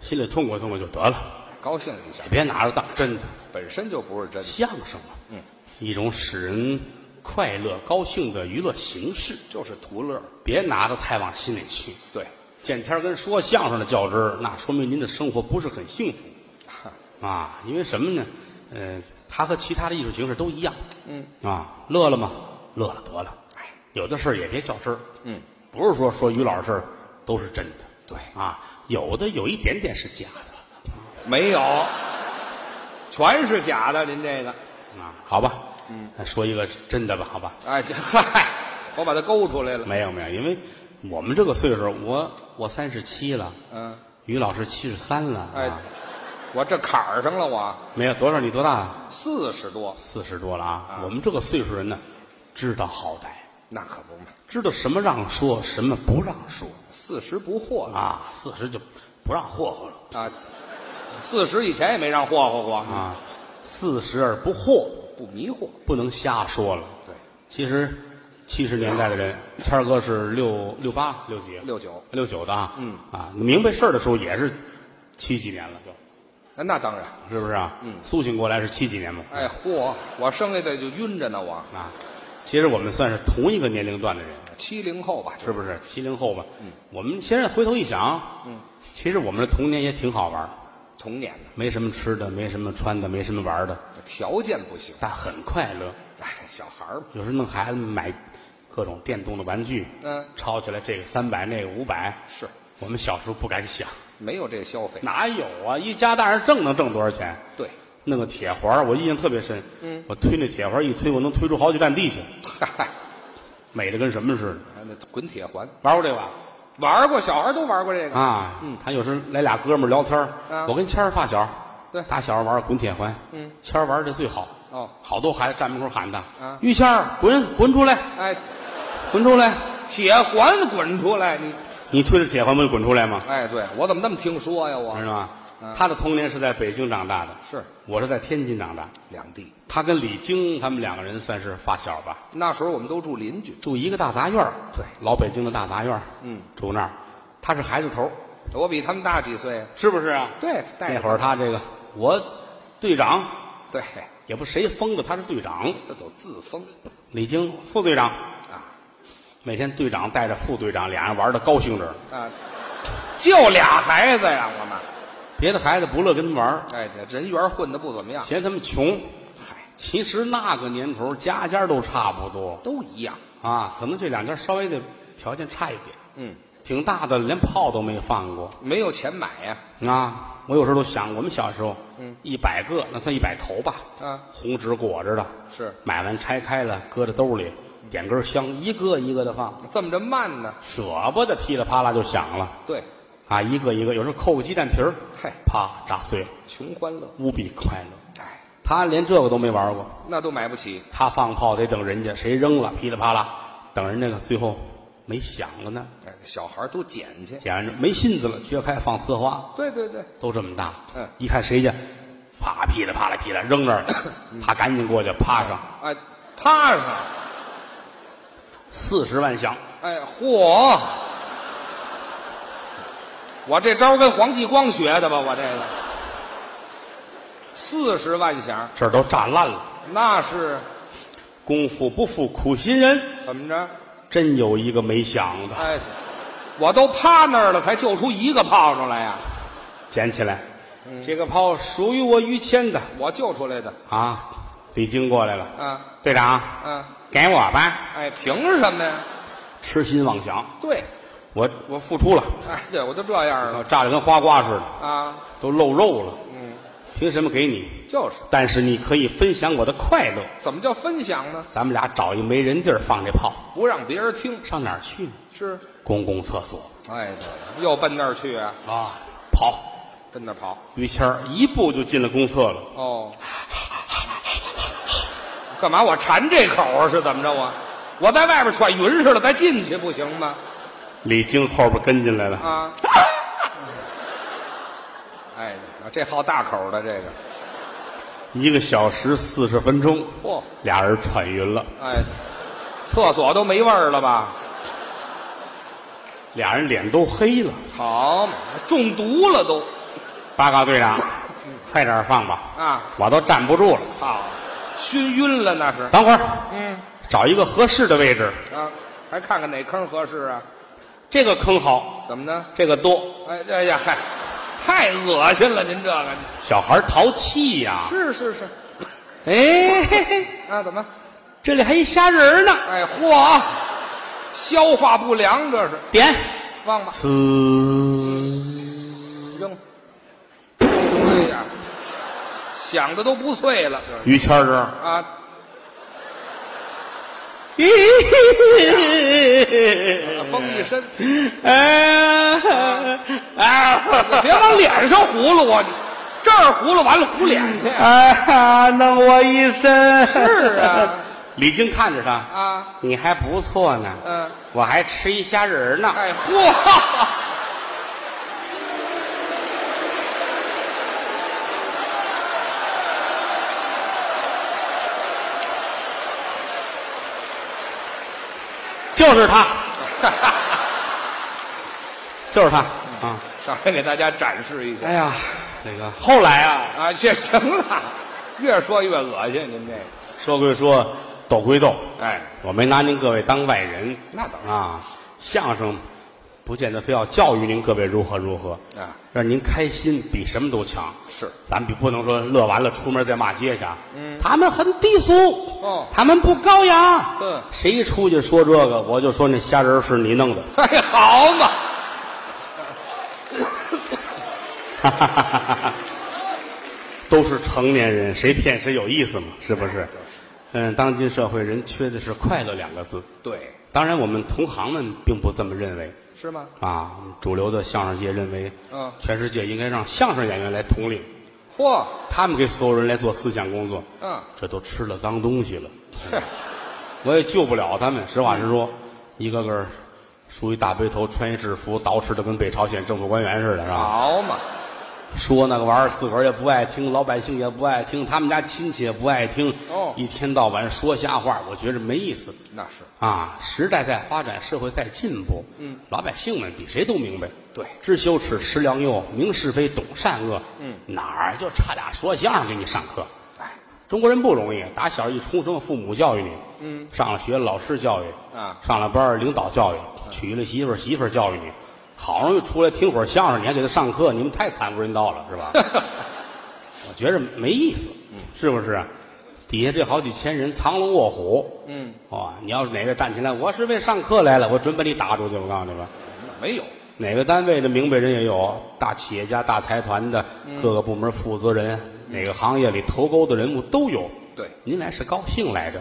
Speaker 2: 心里痛快痛快就得了，
Speaker 3: 高兴一下，
Speaker 2: 别拿着当真的。
Speaker 3: 本身就不是真的，
Speaker 2: 相声嘛，
Speaker 3: 嗯，
Speaker 2: 一种使人快乐高兴的娱乐形式，
Speaker 3: 就是图乐。
Speaker 2: 别拿着太往心里去。
Speaker 3: 对，
Speaker 2: 见天儿跟说相声的较真儿，那说明您的生活不是很幸福
Speaker 3: 哈 [LAUGHS]
Speaker 2: 啊。因为什么呢？呃，它和其他的艺术形式都一样。
Speaker 3: 嗯
Speaker 2: 啊，乐了吗？乐了得了。哎，有的事儿也别较真儿。
Speaker 3: 嗯，
Speaker 2: 不是说说于老师都是真的。
Speaker 3: 对
Speaker 2: 啊，有的有一点点是假的
Speaker 3: 没有，全是假的。您这个，
Speaker 2: 啊。好吧，嗯，说一个真的吧，好吧。
Speaker 3: 哎，这 [LAUGHS] 嗨，我把它勾出来了。
Speaker 2: 没有没有，因为我们这个岁数，我我三十七了，
Speaker 3: 嗯，
Speaker 2: 于老师七十三了，
Speaker 3: 哎
Speaker 2: 啊，
Speaker 3: 我这坎儿上了我，
Speaker 2: 没有多少？你多大？啊
Speaker 3: 四十多，
Speaker 2: 四十多了啊！我们这个岁数人呢，知道好歹，
Speaker 3: 那可不嘛，
Speaker 2: 知道什么让说，什么不让说
Speaker 3: 四十不惑了
Speaker 2: 啊。四十就不让霍霍了
Speaker 3: 啊。四十以前也没让霍霍过，
Speaker 2: 啊，四十而不惑，
Speaker 3: 不迷惑。
Speaker 2: 不能瞎说了。
Speaker 3: 对，
Speaker 2: 其实，七十年代的人，谦儿哥是六六八六几啊
Speaker 3: 六九，
Speaker 2: 六九的啊，
Speaker 3: 嗯
Speaker 2: 啊，你明白事儿的时候也是七几年了就。
Speaker 3: 那那当然。
Speaker 2: 是不是啊？嗯，苏醒过来是七几年嘛？
Speaker 3: 哎，嚯，我生下来就晕着呢，我
Speaker 2: 啊，其实我们算是同一个年龄段的人，
Speaker 3: 七零后吧，
Speaker 2: 是
Speaker 3: 是
Speaker 2: 不是？七零后吧。嗯，我们现在回头一想，嗯，其实我们的童年也挺好玩儿，
Speaker 3: 童年呢，
Speaker 2: 没什么吃的，没什么穿的，没什么玩儿的，
Speaker 3: 条件不行。
Speaker 2: 但很快乐。
Speaker 3: 哎，小孩儿嘛，
Speaker 2: 有时候弄孩子们买各种电动的玩具，
Speaker 3: 嗯
Speaker 2: 抄起来这个三百，那个五百。
Speaker 3: 是
Speaker 2: 我们小时候不敢想，
Speaker 3: 没有这消费。
Speaker 2: 哪有啊？一家大人挣能挣多少钱？
Speaker 3: 对，
Speaker 2: 弄个铁环儿，我印象特别深。嗯，我推那铁环儿一推，我能推出好几站地去。
Speaker 3: 嗨，
Speaker 2: 美的跟什么似的。
Speaker 3: 那滚铁环
Speaker 2: 玩过这个
Speaker 3: 玩过，小孩儿都玩过这个。
Speaker 2: 啊？嗯，他有时来俩哥们儿聊天儿
Speaker 3: 啊
Speaker 2: 我跟谦儿发小，
Speaker 3: 对
Speaker 2: 他小时候玩滚铁环，
Speaker 3: 嗯，
Speaker 2: 谦儿玩的最好。
Speaker 3: 哦
Speaker 2: 好多孩子站门口喊他
Speaker 3: 啊，
Speaker 2: 于谦儿滚滚出来，
Speaker 3: 哎，
Speaker 2: 滚出来！
Speaker 3: 铁环滚出来你！
Speaker 2: 你推着铁环不就滚出来吗？
Speaker 3: 哎，对我怎么那么听说呀？我
Speaker 2: 知道吗
Speaker 3: 嗯？
Speaker 2: 他的童年是在北京长大的，
Speaker 3: 是
Speaker 2: 啊我是在天津长大。
Speaker 3: 两地，
Speaker 2: 他跟李菁他们两个人算是发小吧，
Speaker 3: 那时候我们都住邻居，
Speaker 2: 住一个大杂院儿
Speaker 3: 对
Speaker 2: 老北京的大杂院儿
Speaker 3: 嗯，
Speaker 2: 住那儿，他是孩子头儿，
Speaker 3: 我比他们大几岁。
Speaker 2: 是不是啊？
Speaker 3: 对，带
Speaker 2: 那会儿他这个我队长，
Speaker 3: [LAUGHS] 对，
Speaker 2: 也不谁封的，他是队长，
Speaker 3: 这都自封
Speaker 2: 李菁副队长，
Speaker 3: 啊
Speaker 2: 每天队长带着副队长俩人玩的高兴着呢，
Speaker 3: 啊！就俩孩子呀，我们。
Speaker 2: 别的孩子不乐跟他们玩儿，
Speaker 3: 哎，这人缘混的不怎么样，
Speaker 2: 嫌他们穷。
Speaker 3: 嗨，
Speaker 2: 其实那个年头家家都差不多
Speaker 3: 都一样。
Speaker 2: 啊，可能这两家稍微的条件差一点，
Speaker 3: 嗯，
Speaker 2: 挺大的，连炮都没放过
Speaker 3: 没有钱买呀、
Speaker 2: 啊。我有时候都想，我们小时候，嗯，一百个那算一百头吧，
Speaker 3: 啊
Speaker 2: 红纸裹着的，
Speaker 3: 是
Speaker 2: 买完拆开了，搁在兜里，点根香，一个一个的放，
Speaker 3: 这么着慢呢？
Speaker 2: 舍不得噼里啪啦就响了
Speaker 3: 对，
Speaker 2: 啊！一个一个，有时候扣个鸡蛋皮儿，
Speaker 3: 嗨
Speaker 2: 啪炸碎了，
Speaker 3: 穷欢乐，
Speaker 2: 无比快乐。
Speaker 3: 哎，
Speaker 2: 他连这个都没玩过，
Speaker 3: 那都买不起。
Speaker 2: 他放炮得等人家谁扔了，噼里啪啦，等人那个最后没响了呢，
Speaker 3: 哎，小孩都捡去。
Speaker 2: 显然是没心思了，掘开放丝花，
Speaker 3: 对对对，
Speaker 2: 都这么大。
Speaker 3: 嗯
Speaker 2: 一看谁家，啪噼里啪啦噼里啪啦扔那儿了，他赶紧过去趴上，
Speaker 3: 哎，趴上，
Speaker 2: 四十万响，
Speaker 3: 哎，嚯！我这招跟黄继光学的吧？我这个四十万响，
Speaker 2: 这儿都炸烂了。
Speaker 3: 那是
Speaker 2: 功夫不负苦心人，
Speaker 3: 怎么着？
Speaker 2: 真有一个没响的。
Speaker 3: 哎，我都趴那儿了，才救出一个炮仗来呀、
Speaker 2: 捡起来，
Speaker 3: 嗯
Speaker 2: 这个炮属于我于谦的
Speaker 3: 我救出来的。
Speaker 2: 啊！李菁过来了，
Speaker 3: 啊
Speaker 2: 队长，
Speaker 3: 啊，
Speaker 2: 给我吧，
Speaker 3: 哎，凭什么呀？
Speaker 2: 痴心妄想，
Speaker 3: 对，
Speaker 2: 我我付出了，
Speaker 3: 哎，对我都这样了
Speaker 2: 炸的跟花瓜似的，
Speaker 3: 啊，
Speaker 2: 都露肉了，嗯，凭什么给你？
Speaker 3: 就是
Speaker 2: 但是你可以分享我的快乐，
Speaker 3: 怎么叫分享呢？
Speaker 2: 咱们俩找一没人地儿放这炮，
Speaker 3: 不让别人听
Speaker 2: 上哪儿去呢？
Speaker 3: 是，
Speaker 2: 公共厕所
Speaker 3: 哎，对，又奔那儿去啊？
Speaker 2: 啊，跑，
Speaker 3: 跟那儿跑。
Speaker 2: 于谦儿一步就进了公厕了。
Speaker 3: 哦，干嘛我馋这口啊？是怎么着我？我在外边喘匀似的，再进去不行吗？
Speaker 2: 李菁后边跟进来了，
Speaker 3: 啊！哎，这好大口的这个，
Speaker 2: 一个小时四十分钟，
Speaker 3: 嚯！
Speaker 2: 俩人喘匀了，
Speaker 3: 哎，厕所都没味儿了吧？
Speaker 2: 俩人脸都黑了。
Speaker 3: 好嘛，中毒了都
Speaker 2: 报告队长，快点放吧，
Speaker 3: 啊！
Speaker 2: 我都站不住了。
Speaker 3: 好，熏晕了那是。
Speaker 2: 等会儿
Speaker 3: 嗯
Speaker 2: 找一个合适的位置，
Speaker 3: 啊，还看看哪坑合适啊？
Speaker 2: 这个坑好，
Speaker 3: 怎么呢？
Speaker 2: 这个多，
Speaker 3: 哎哎呀嗨，太恶心了！您这个
Speaker 2: 小孩淘气呀、
Speaker 3: 是是是
Speaker 2: 哎，嘿嘿
Speaker 3: 啊？怎么？
Speaker 2: 这里还一虾仁儿呢，
Speaker 3: 哎嚯，消化不良这是，
Speaker 2: 点，
Speaker 3: 忘吧，
Speaker 2: 呲，
Speaker 3: 扔。哎呀，想的都不碎了，这是
Speaker 2: 于谦儿这儿。
Speaker 3: 啊，
Speaker 2: 风啊
Speaker 3: 风一身，
Speaker 2: 哎哎，
Speaker 3: 别往脸上葫芦啊！你这儿葫芦完了糊脸去
Speaker 2: [LAUGHS]
Speaker 3: 啊
Speaker 2: 哎，弄我一身。
Speaker 3: 是啊，
Speaker 2: 李菁看着他，
Speaker 3: 啊，
Speaker 2: 你还不错呢，
Speaker 3: 嗯，
Speaker 2: 我还吃一虾仁儿呢。 [LAUGHS]
Speaker 3: 哎嚯，
Speaker 2: 就是他， [LAUGHS] 就是他啊！
Speaker 3: 上来给大家展示一下
Speaker 2: 哎呀，这个后来啊，
Speaker 3: 啊，这行了，越说越恶心，您这个，
Speaker 2: 说归说，斗归斗，
Speaker 3: 哎，
Speaker 2: 我没拿您各位当外人
Speaker 3: 那倒是
Speaker 2: 啊，相声不见得非要教育您各位如何如何
Speaker 3: 啊，
Speaker 2: 让您开心比什么都强。
Speaker 3: 是
Speaker 2: 咱比不能说乐完了出门再骂街去啊，他们很低俗，
Speaker 3: 嗯哦
Speaker 2: 他们不高雅，
Speaker 3: 嗯
Speaker 2: 谁出去说这个，我就说那虾仁儿是你弄的，
Speaker 3: 哎，好嘛，
Speaker 2: 都是成年人，谁骗谁有意思嘛，是不是？嗯，当今社会人缺的是快乐两个字，
Speaker 3: 对，
Speaker 2: 当然我们同行们并不这么认为。
Speaker 3: 是吗？
Speaker 2: 啊，主流的相声界认为，
Speaker 3: 嗯
Speaker 2: 全世界应该让相声演员来统领，
Speaker 3: 嚯，
Speaker 2: 他们给所有人来做思想工作。
Speaker 3: 嗯，
Speaker 2: 这都吃了脏东西了，
Speaker 3: 是
Speaker 2: 我也救不了他们。实话实说，一个个梳一大背头，穿一制服，捯饬的跟北朝鲜政府官员似的，是吧？
Speaker 3: 好嘛，
Speaker 2: 说那个玩意儿，自个儿也不爱听，老百姓也不爱听，他们家亲戚也不爱听。
Speaker 3: 哦
Speaker 2: 一天到晚说瞎话，我觉着没意思。
Speaker 3: 那是
Speaker 2: 啊，时代在发展，社会在进步，嗯，老百姓们比谁都明白，
Speaker 3: 对
Speaker 2: 知羞耻，识良莠，明是非，懂善恶，
Speaker 3: 嗯，
Speaker 2: 哪儿就差俩说相声给你上课？
Speaker 3: 哎，
Speaker 2: 中国人不容易，打小一出生，父母教育你，嗯，上了学，老师教育，
Speaker 3: 啊
Speaker 2: 上了班儿，领导教育，娶了媳妇儿，媳妇儿教育你，好容易出来听会儿相声，你还给他上课，你们太惨无人道了，是
Speaker 3: [LAUGHS]
Speaker 2: 吧？我觉着没意思，
Speaker 3: 嗯
Speaker 2: 是不是？底下这好几千人藏龙卧虎，
Speaker 3: 嗯，
Speaker 2: 哦，你要是哪个站起来，我是为上课来了，我准把你打出去。我告诉你们，
Speaker 3: 没有，
Speaker 2: 哪个单位的明白人也有，大企业家、大财团的各个部门负责人，哪个行业里头钩的人物都有。
Speaker 3: 对，
Speaker 2: 您来是高兴来的，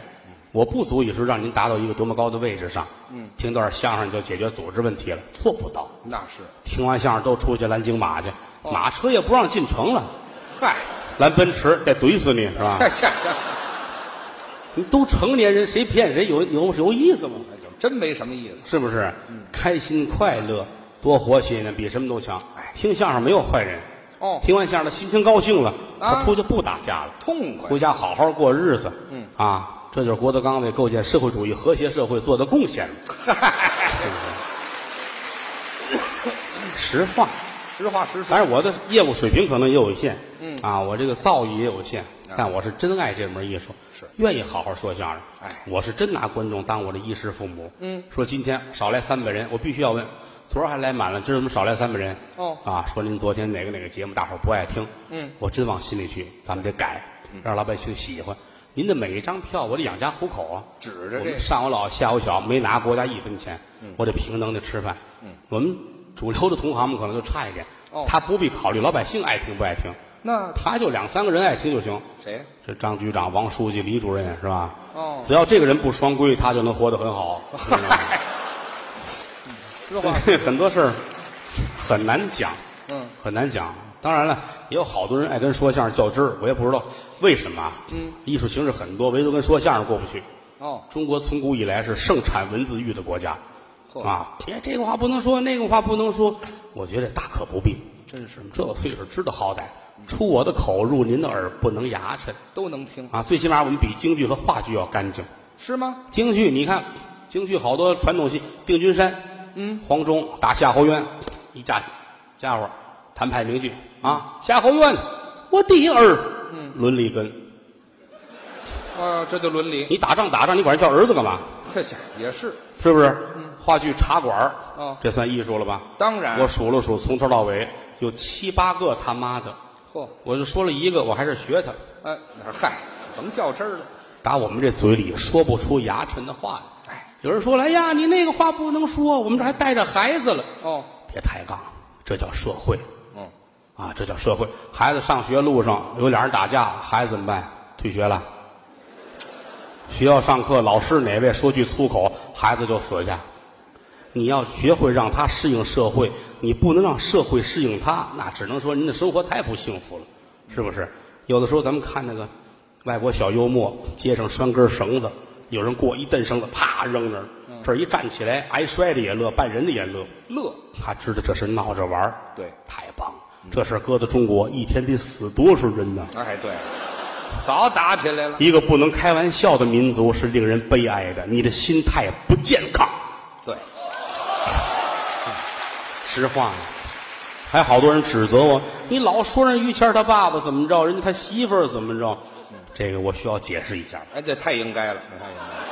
Speaker 2: 我不足以说让您达到一个多么高的位置上。嗯，听段相声就解决组织问题了，做不到。
Speaker 3: 那是，
Speaker 2: 听完相声都出去拦京马去，马车也不让进城了，
Speaker 3: 嗨，
Speaker 2: 拦奔驰得怼死你是
Speaker 3: [LAUGHS]
Speaker 2: 吧？
Speaker 3: 这这这
Speaker 2: 你都成年人，谁骗谁有有有意思吗？
Speaker 3: 这真没什么意思，
Speaker 2: 是不是？开心快乐，多活些呢，比什么都强。听相声没有坏人，
Speaker 3: 哦
Speaker 2: 听完相声他心情高兴了，
Speaker 3: 啊
Speaker 2: 他出去不打架了，
Speaker 3: 痛快
Speaker 2: 回，家好好过日子。
Speaker 3: 嗯
Speaker 2: 啊，这就是郭德纲为构建社会主义和谐社会做的贡
Speaker 3: [LAUGHS]
Speaker 2: 献了。实话，
Speaker 3: 实话实说
Speaker 2: 但，是我的业务水平可能也有限，嗯啊，我这个造诣也有限，但我是真爱这门艺术，
Speaker 3: 啊是
Speaker 2: 愿意好好说相声。
Speaker 3: 哎
Speaker 2: 我是真拿观众当我的衣食父母。
Speaker 3: 嗯，
Speaker 2: 说今天少来三百人，我必须要问，昨儿还来满了，今儿怎么少来三百人？
Speaker 3: 哦
Speaker 2: 啊，说您昨天哪个哪个节目大伙儿不爱听？
Speaker 3: 嗯，
Speaker 2: 我真往心里去，咱们得改，让老百姓喜欢。您的每一张票，我得养家糊口啊。
Speaker 3: 指着
Speaker 2: 我
Speaker 3: 这嗯
Speaker 2: 们上有老下有小，没拿国家一分钱，我得平等的吃饭。我们主流的同行们可能就差一点，
Speaker 3: 哦
Speaker 2: 他不必考虑老百姓爱听不爱听，
Speaker 3: 那
Speaker 2: 他就两三个人爱听就行。
Speaker 3: 谁？啊
Speaker 2: 这张局长、王书记、李主任是吧？
Speaker 3: 哦
Speaker 2: 只要这个人不双规，他就能活得很
Speaker 3: [LAUGHS]
Speaker 2: 好。
Speaker 3: 嗨，实话，
Speaker 2: 很多事儿很难讲，
Speaker 3: 嗯，
Speaker 2: 很难讲。当然了，也有好多人爱跟说相声较真儿，我也不知道为什么啊。嗯，艺术形式很多，唯独跟说相声过不去。
Speaker 3: 哦，
Speaker 2: 中国从古以来是盛产文字狱的国家，
Speaker 3: 嚯
Speaker 2: 啊，这这个话不能说，那个话不能说，我觉得大可不必。
Speaker 3: 真是
Speaker 2: 这个岁数知道好歹，出我的口入您的耳，不能牙碜
Speaker 3: 都能听，
Speaker 2: 啊。最起码我们比京剧和话剧要干净。
Speaker 3: 是吗？
Speaker 2: 京剧你看，京剧好多传统戏，定军山，嗯，黄忠打夏侯渊，一架家伙谭派名剧啊，夏侯渊，我的儿，嗯，伦理根，
Speaker 3: 啊，这就伦理，
Speaker 2: 你打仗打仗，你管人叫儿子干嘛？
Speaker 3: 这下也是，
Speaker 2: 是不是？话剧茶馆儿
Speaker 3: 哦
Speaker 2: 这算艺术了吧？
Speaker 3: 当然，
Speaker 2: 我数了数，从头到尾有七八个他妈的，
Speaker 3: 嚯，
Speaker 2: 我就说了一个，我还是学他，
Speaker 3: 哎，哪儿嗨，甭较真儿了，
Speaker 2: 打我们这嘴里说不出牙碜的话来
Speaker 3: 哎。
Speaker 2: 有人说了，哎呀，你那个话不能说，我们这还带着孩子了。
Speaker 3: 哦，
Speaker 2: 别抬杠，这叫社会
Speaker 3: 嗯，
Speaker 2: 啊，这叫社会。孩子上学路上有俩人打架，孩子怎么办？退学了。学校上课，老师哪位说句粗口，孩子就死去。你要学会让他适应社会，你不能让社会适应他，那只能说您的生活太不幸福了，是不是？有的时候咱们看那个外国小幽默，街上拴根绳子，有人过一蹬绳子，啪扔那儿，这儿一站起来，挨摔的也乐，绊人的也乐，
Speaker 3: 乐，
Speaker 2: 他知道这是闹着玩儿
Speaker 3: 对
Speaker 2: 太棒了！这事儿搁在中国，一天得死多少人呢？
Speaker 3: 哎，对，早打起来了，
Speaker 2: 一个不能开玩笑的民族是令人悲哀的。你的心态不健康，
Speaker 3: 对，
Speaker 2: 实话。还好多人指责我，你老说人于谦儿他爸爸怎么着，人家他媳妇儿怎么着，这个我需要解释一下。
Speaker 3: 哎，这太应该了，太应该了，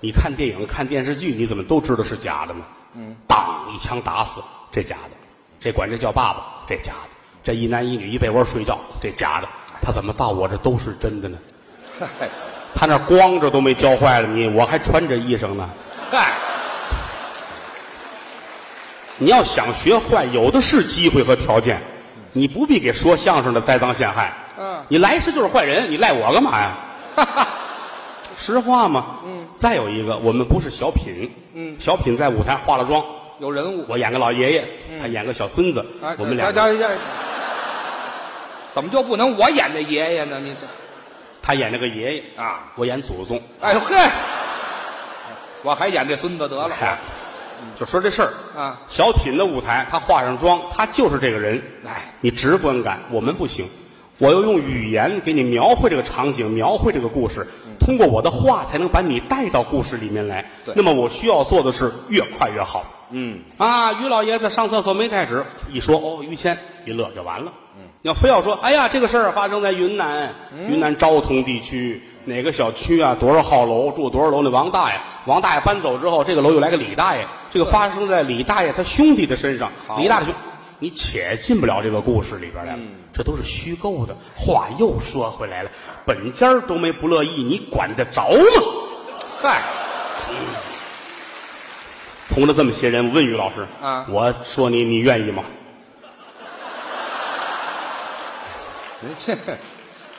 Speaker 2: 你看电影、看电视剧，你怎么都知道是假的呢？嗯，当一枪打死，这假的；这管这叫爸爸，这假的；这一男一女一被窝睡觉，这假的。他怎么到我这都是真的呢？
Speaker 3: 嗨，
Speaker 2: 他那光着都没教坏了你，我还穿着衣裳呢。
Speaker 3: 嗨，
Speaker 2: 你要想学坏，有的是机会和条件，你不必给说相声的栽赃陷害。
Speaker 3: 嗯，
Speaker 2: 你来世就是坏人，你赖我干嘛呀？ [LAUGHS] 实话嘛。嗯。再有一个，我们不是小品。
Speaker 3: 嗯
Speaker 2: 小品在舞台化了妆，
Speaker 3: 有人物，
Speaker 2: 我演个老爷爷，他演个小孙子
Speaker 3: 哎，
Speaker 2: 我们俩
Speaker 3: 家家怎么就不能我演的爷爷呢？你这
Speaker 2: 他演那个爷爷，
Speaker 3: 啊，
Speaker 2: 我演祖宗。
Speaker 3: 哎呦嘿，我还演这孙子得了，
Speaker 2: 哎，就说这事儿
Speaker 3: 啊，
Speaker 2: 小品的舞台，他化上妆，他就是这个人。
Speaker 3: 哎，
Speaker 2: 你直观感，我们不行。我要用语言给你描绘这个场景，描绘这个故事，通过我的话才能把你带到故事里面来
Speaker 3: 对。
Speaker 2: 那么我需要做的是越快越好。
Speaker 3: 嗯，
Speaker 2: 啊，于老爷子上厕所没带纸，一说哦，于谦一乐就完了。嗯，要非要说，哎呀，这个事儿发生在云南，
Speaker 3: 嗯
Speaker 2: 云南昭通地区哪个小区啊，多少号楼住多少楼那王大爷，王大爷搬走之后，这个楼又来个李大爷，这个发生在李大爷他兄弟的身上，
Speaker 3: 好啊嗯
Speaker 2: 李大爷兄，你且进不了这个故事里边来了，这都是虚构的。话又说回来了，本家儿都没不乐意，你管得着吗？
Speaker 3: 嗨，
Speaker 2: 同了这么些人，我问于老师，
Speaker 3: 啊
Speaker 2: 我说你，你愿意吗？
Speaker 3: 您这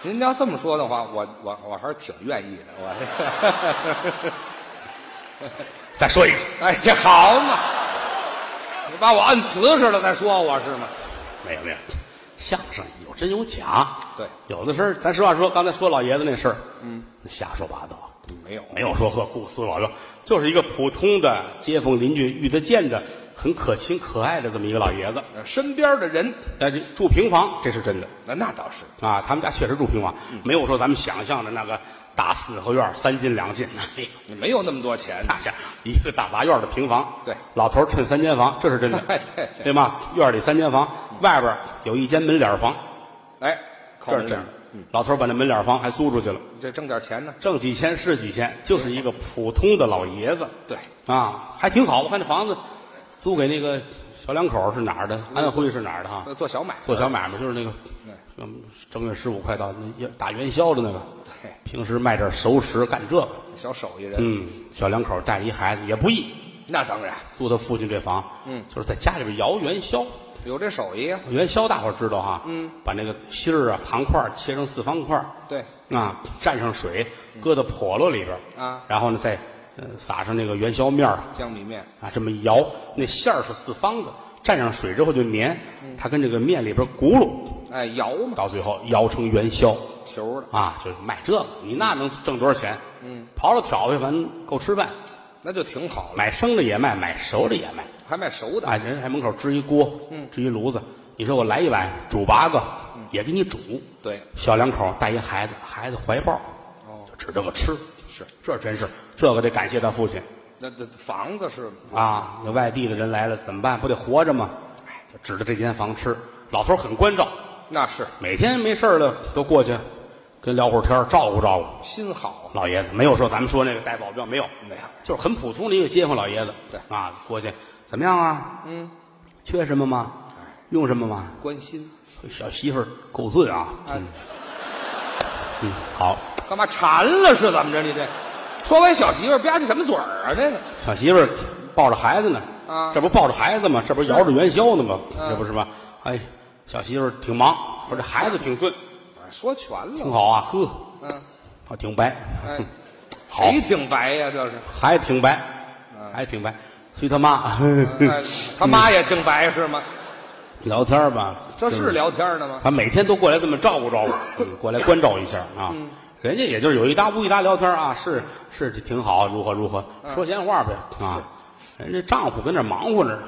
Speaker 3: 您要这么说的话，我我我还是挺愿意的，我
Speaker 2: 再说一个。
Speaker 3: 这， [LAUGHS] 哎，这好嘛，你把我摁瓷实了再说我是吗？
Speaker 2: 没有没有，相声有真有假。
Speaker 3: 对
Speaker 2: 有的事儿，咱实话说，刚才说老爷子那事儿，嗯，瞎说八道，
Speaker 3: 没有，
Speaker 2: 没有说和顾思老爷，就是一个普通的街坊邻居遇得见的，很可亲可爱的这么一个老爷子。
Speaker 3: 呃身边的人，
Speaker 2: 但是住平房，这是真的
Speaker 3: 那那倒是，
Speaker 2: 啊，他们家确实住平房，
Speaker 3: 嗯
Speaker 2: 没有说咱们想象的那个大四合院三进两进，哎呦，
Speaker 3: 你没有那么多钱，
Speaker 2: 那下一个大杂院的平房，
Speaker 3: 对，
Speaker 2: 老头儿趁三间房，这是真的
Speaker 3: [LAUGHS] 对对嗯
Speaker 2: 对吗？院里三间房，外边儿有一间门脸儿房，
Speaker 3: 哎，靠
Speaker 2: 这是
Speaker 3: 着
Speaker 2: 真
Speaker 3: 点
Speaker 2: 的。老头儿把那门脸房还租出去了，
Speaker 3: 这挣点钱呢，
Speaker 2: 挣几千是几千，就是一个普通的老爷子。
Speaker 3: 对，
Speaker 2: 啊，还挺好。我看这房子租给那个小两口儿是哪儿的？安徽是哪儿的哈？
Speaker 3: 呃做小买卖，
Speaker 2: 做小买卖就是那个，嗯，正月十五快到，那打元宵的那个
Speaker 3: 对，
Speaker 2: 平时卖点熟食干这个。
Speaker 3: 小手艺人，
Speaker 2: 嗯，小两口儿带一孩子也不易，
Speaker 3: 那当然
Speaker 2: 租他父亲这房，
Speaker 3: 嗯，
Speaker 2: 就是在家里边摇元宵。
Speaker 3: 有这手艺啊，
Speaker 2: 元宵大伙儿知道哈，嗯，把那个芯儿啊、糖块儿切成四方块儿，
Speaker 3: 对，
Speaker 2: 啊，蘸上水，搁到笸箩里边儿
Speaker 3: 啊
Speaker 2: 然后呢再呃撒上那个元宵面儿
Speaker 3: 江米面，
Speaker 2: 啊，这么一摇，那馅儿是四方的，蘸上水之后就粘，它跟这个面里边轱辘，
Speaker 3: 哎，摇嘛，
Speaker 2: 到最后摇成元宵
Speaker 3: 球的，
Speaker 2: 啊，就是卖这个，你那能挣多少钱？嗯，刨了挑呗，反正够吃饭，
Speaker 3: 那就挺好了，
Speaker 2: 买生的也卖，买熟的也卖。
Speaker 3: 还卖熟的，
Speaker 2: 啊，人还门口支一锅，支一炉子。你说我来一碗煮八个，也给你煮。
Speaker 3: 对，
Speaker 2: 小两口带一孩子，孩子怀抱，
Speaker 3: 哦
Speaker 2: 就指这个吃。
Speaker 3: 是，
Speaker 2: 这真是这个得感谢他父亲
Speaker 3: 那这房子是
Speaker 2: 啊！有外地的人来了怎么办？不得活着吗？哎，就指着这间房吃。老头儿很关照，
Speaker 3: 那是
Speaker 2: 每天没事儿了都过去跟聊会儿天儿，照顾照顾。
Speaker 3: 心好，啊
Speaker 2: 老爷子没有说咱们说那个带保镖没有，
Speaker 3: 没有
Speaker 2: 就是很普通的一个街坊老爷子。
Speaker 3: 对
Speaker 2: 啊，过去怎么样啊？嗯，缺什么吗？
Speaker 3: 哎
Speaker 2: 用什么吗？
Speaker 3: 关心，
Speaker 2: 小媳妇儿够俊啊！
Speaker 3: 哎
Speaker 2: 嗯，好，
Speaker 3: 干嘛馋了是怎么着？你这说完小媳妇儿吧唧什么嘴儿啊？这个
Speaker 2: 小媳妇儿抱着孩子呢，
Speaker 3: 啊
Speaker 2: 这不抱着孩子吗？这不摇着元宵呢吗？
Speaker 3: 嗯
Speaker 2: 这不是吗？哎，小媳妇儿挺忙，我这孩子挺俊，
Speaker 3: 哎说全
Speaker 2: 挺
Speaker 3: 了，
Speaker 2: 好啊，呵，
Speaker 3: 嗯，
Speaker 2: 啊，挺白，
Speaker 3: 哎，
Speaker 2: 好，
Speaker 3: 谁挺白呀？这是，
Speaker 2: 还挺白，还挺白，随他 [LAUGHS] 妈
Speaker 3: 哎他妈也挺白是吗？
Speaker 2: 聊天儿吧，
Speaker 3: 这是聊天呢吗？
Speaker 2: 他每天都过来这么照顾照顾，嗯过来关照一下啊。
Speaker 3: 嗯
Speaker 2: 人家也就是有一搭无一搭聊天啊，是是挺好，如何如何，
Speaker 3: 嗯
Speaker 2: 说闲话呗啊。人家丈夫跟那儿忙活着，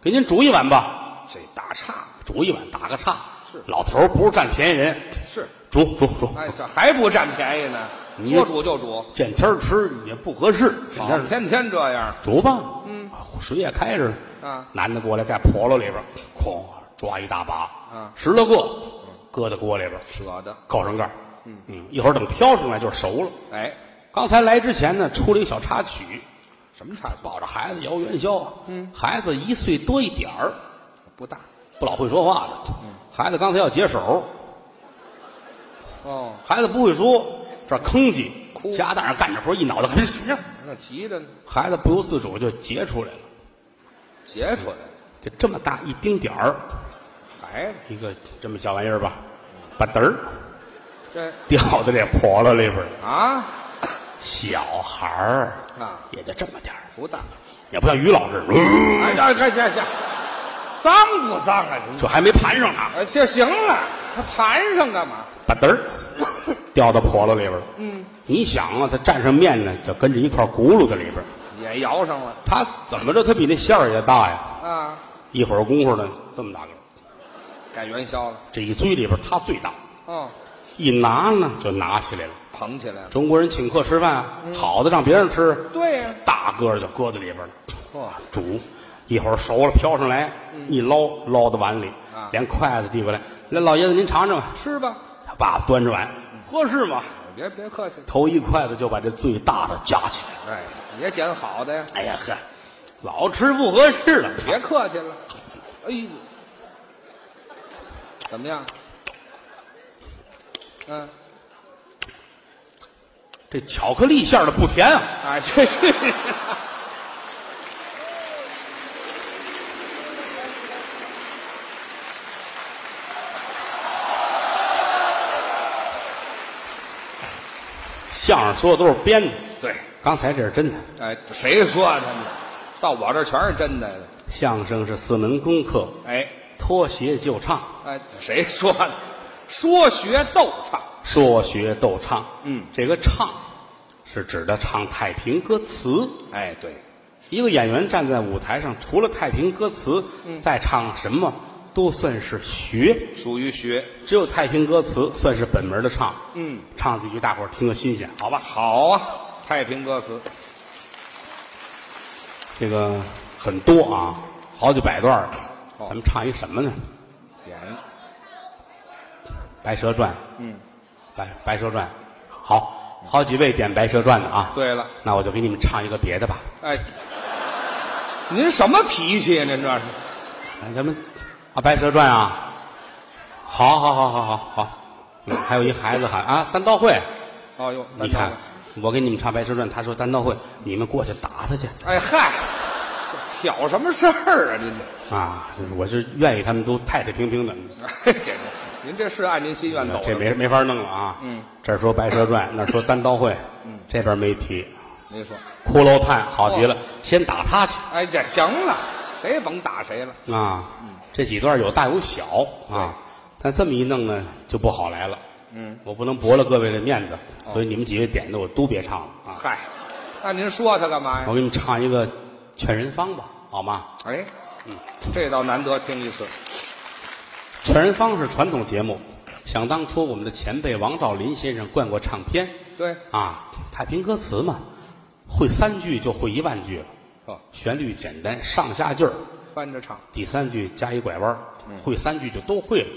Speaker 2: 给您煮一碗吧，
Speaker 3: 这打岔
Speaker 2: 煮一碗打个岔。
Speaker 3: 是
Speaker 2: 老头儿不是占便宜人，
Speaker 3: 是，
Speaker 2: 煮煮煮，
Speaker 3: 哎，这还不占便宜呢？
Speaker 2: 你
Speaker 3: 说煮就煮，
Speaker 2: 见天儿吃也不合适，见天
Speaker 3: 好
Speaker 2: 儿
Speaker 3: 天天这样，
Speaker 2: 煮吧，嗯，水也开着呢。
Speaker 3: 啊
Speaker 2: 男的过来在笸箩里边，哐抓一大把，
Speaker 3: 啊
Speaker 2: 十来个，搁在锅里边，
Speaker 3: 舍得，
Speaker 2: 扣上盖儿嗯一会儿等飘上来就熟了。
Speaker 3: 哎，
Speaker 2: 刚才来之前呢，出了一个小插曲，
Speaker 3: 什么差距
Speaker 2: 抱着孩子摇元宵。嗯，孩子一岁多一点儿，
Speaker 3: 不大
Speaker 2: 不老会说话的。
Speaker 3: 嗯
Speaker 2: 孩子刚才要解手，
Speaker 3: 哦？
Speaker 2: 孩子不会说，这儿吭叽
Speaker 3: 哭，
Speaker 2: 家大人干着活一脑袋，
Speaker 3: 那急着呢，
Speaker 2: 孩子不由自主就结出来了，
Speaker 3: 结出来
Speaker 2: 就这么大一丁点儿，
Speaker 3: 孩子，
Speaker 2: 一个这么小玩意儿吧，吧嘚儿
Speaker 3: 这
Speaker 2: 掉到这笸箩里边儿了。
Speaker 3: 啊
Speaker 2: 小孩儿
Speaker 3: 啊
Speaker 2: 也就这么点儿，
Speaker 3: 不大，
Speaker 2: 也不像于老师，嗯
Speaker 3: 哎呀，看这这脏不脏啊？你
Speaker 2: 就还没盘上呢。
Speaker 3: 哎，这行了，他盘上干嘛？
Speaker 2: 吧嘚儿掉到笸箩里边儿。嗯，你想啊，它蘸上面呢，就跟着一块轱辘在里边儿。
Speaker 3: 也摇上了
Speaker 2: 它怎么着，它比那馅儿也大呀。
Speaker 3: 啊，
Speaker 2: 一会儿功夫呢，这么大个儿，
Speaker 3: 改元宵了，
Speaker 2: 这一堆里边儿它最大，
Speaker 3: 哦，
Speaker 2: 一拿呢就拿起来了。
Speaker 3: 捧起来了，
Speaker 2: 中国人请客吃饭啊，好的让别人吃，
Speaker 3: 对呀
Speaker 2: 大个儿就搁在里边儿了，
Speaker 3: 嚯，
Speaker 2: 煮。一会儿熟了，飘上来，一捞捞到碗里
Speaker 3: 啊，
Speaker 2: 连筷子递过来，来老爷子您尝尝吧。
Speaker 3: 吃吧，
Speaker 2: 他爸爸端着碗，合适吗？
Speaker 3: 别别客气，
Speaker 2: 头一筷子就把这最大的夹起来。
Speaker 3: 哎，也捡好的呀，
Speaker 2: 哎呀呵，老吃不合适了。
Speaker 3: 别客气了，哎呦，怎么样？嗯，
Speaker 2: 这巧克力馅儿的不甜啊，
Speaker 3: 哎，这 [LAUGHS] 是，
Speaker 2: 相声说的都是编的，
Speaker 3: 对，
Speaker 2: 刚才这是真的。
Speaker 3: 哎，谁说他们？到我这儿全是真的，
Speaker 2: 相声是四门功课，
Speaker 3: 哎
Speaker 2: 脱鞋就唱，
Speaker 3: 哎，谁说的？说学逗唱，
Speaker 2: 说学逗唱。
Speaker 3: 嗯，
Speaker 2: 这个唱是指的唱太平歌词。
Speaker 3: 哎，对，
Speaker 2: 一个演员站在舞台上，除了太平歌词，
Speaker 3: 嗯
Speaker 2: 再唱什么都算是学。
Speaker 3: 属于学，
Speaker 2: 只有太平歌词算是本门的唱。
Speaker 3: 嗯，
Speaker 2: 唱几句大伙儿听个新鲜，好吧？
Speaker 3: 好啊，太平歌词，
Speaker 2: 这个很多啊，好几百段儿
Speaker 3: 哦
Speaker 2: 咱们唱一什么呢？
Speaker 3: 演
Speaker 2: 《白蛇传》。嗯，白《白蛇传》好，好几位点《白蛇传》的啊。
Speaker 3: 对了，
Speaker 2: 那我就给你们唱一个别的吧。
Speaker 3: 哎，您什么脾气呀、啊您这是？
Speaker 2: 来，咱们啊，《白蛇传》啊，好好好好好好。嗯还有一孩子喊啊，单刀会，
Speaker 3: 哦哟，
Speaker 2: 你看，我给你们唱《白蛇传》，他说单刀会，你们过去打他去
Speaker 3: 哎嗨，挑什么事儿啊？您
Speaker 2: 啊！我是愿意他们都太太平平的，
Speaker 3: 这，哎这个您这是按您心愿走的
Speaker 2: 这没没法弄了啊。
Speaker 3: 嗯，
Speaker 2: 这儿说《白蛇传》，那儿说单刀会，嗯，这边没提，
Speaker 3: 您说，
Speaker 2: 骷髅炭好极了，先打他去。
Speaker 3: 哎，这行了，谁也甭打谁了。
Speaker 2: 啊，这几段有大有小啊，但这么一弄呢，就不好来了。嗯，我不能驳了各位的面子，所以你们几位点的我都别唱了啊。
Speaker 3: 嗨，那您说他干嘛呀
Speaker 2: 我？给你们唱一个《劝人方》吧，好吗？
Speaker 3: 哎，这倒难得听一次。
Speaker 2: 《劝人方》是传统节目，想当初我们的前辈王兆林先生灌过唱片，
Speaker 3: 对，
Speaker 2: 啊，太平歌词嘛，会三句就会一万句了，
Speaker 3: 哦，
Speaker 2: 旋律简单，上下句儿，
Speaker 3: 翻着唱，
Speaker 2: 第三句加一拐弯儿，会三句就都会了。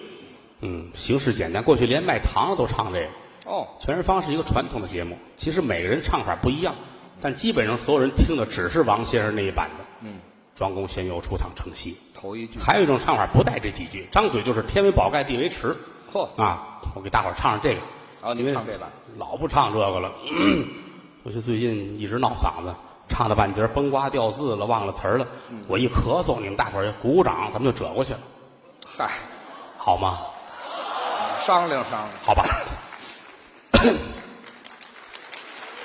Speaker 2: 嗯，形式简单，过去连卖糖的都唱这个。
Speaker 3: 哦，
Speaker 2: 全人方是一个传统的节目，其实每个人唱法不一样，但基本上所有人听的只是王先生那一版的。嗯，庄公仙游出趟城西，
Speaker 3: 头一句，
Speaker 2: 还有一种唱法不带这几句，张嘴就是天为宝盖地为池。
Speaker 3: 嚯，
Speaker 2: 啊，我给大伙儿唱唱这个。
Speaker 3: 哦你
Speaker 2: 因为
Speaker 3: 唱这版，
Speaker 2: 老不唱这个了。 [CLEARS THROAT] 我就最近一直闹嗓子，唱到半截儿崩瓜掉字了，忘了词儿了。
Speaker 3: 嗯
Speaker 2: 我一咳嗽，你们大伙儿鼓鼓掌，咱们就折过去了，
Speaker 3: 嗨，
Speaker 2: 好吗？
Speaker 3: 商量商量，
Speaker 2: 好吧。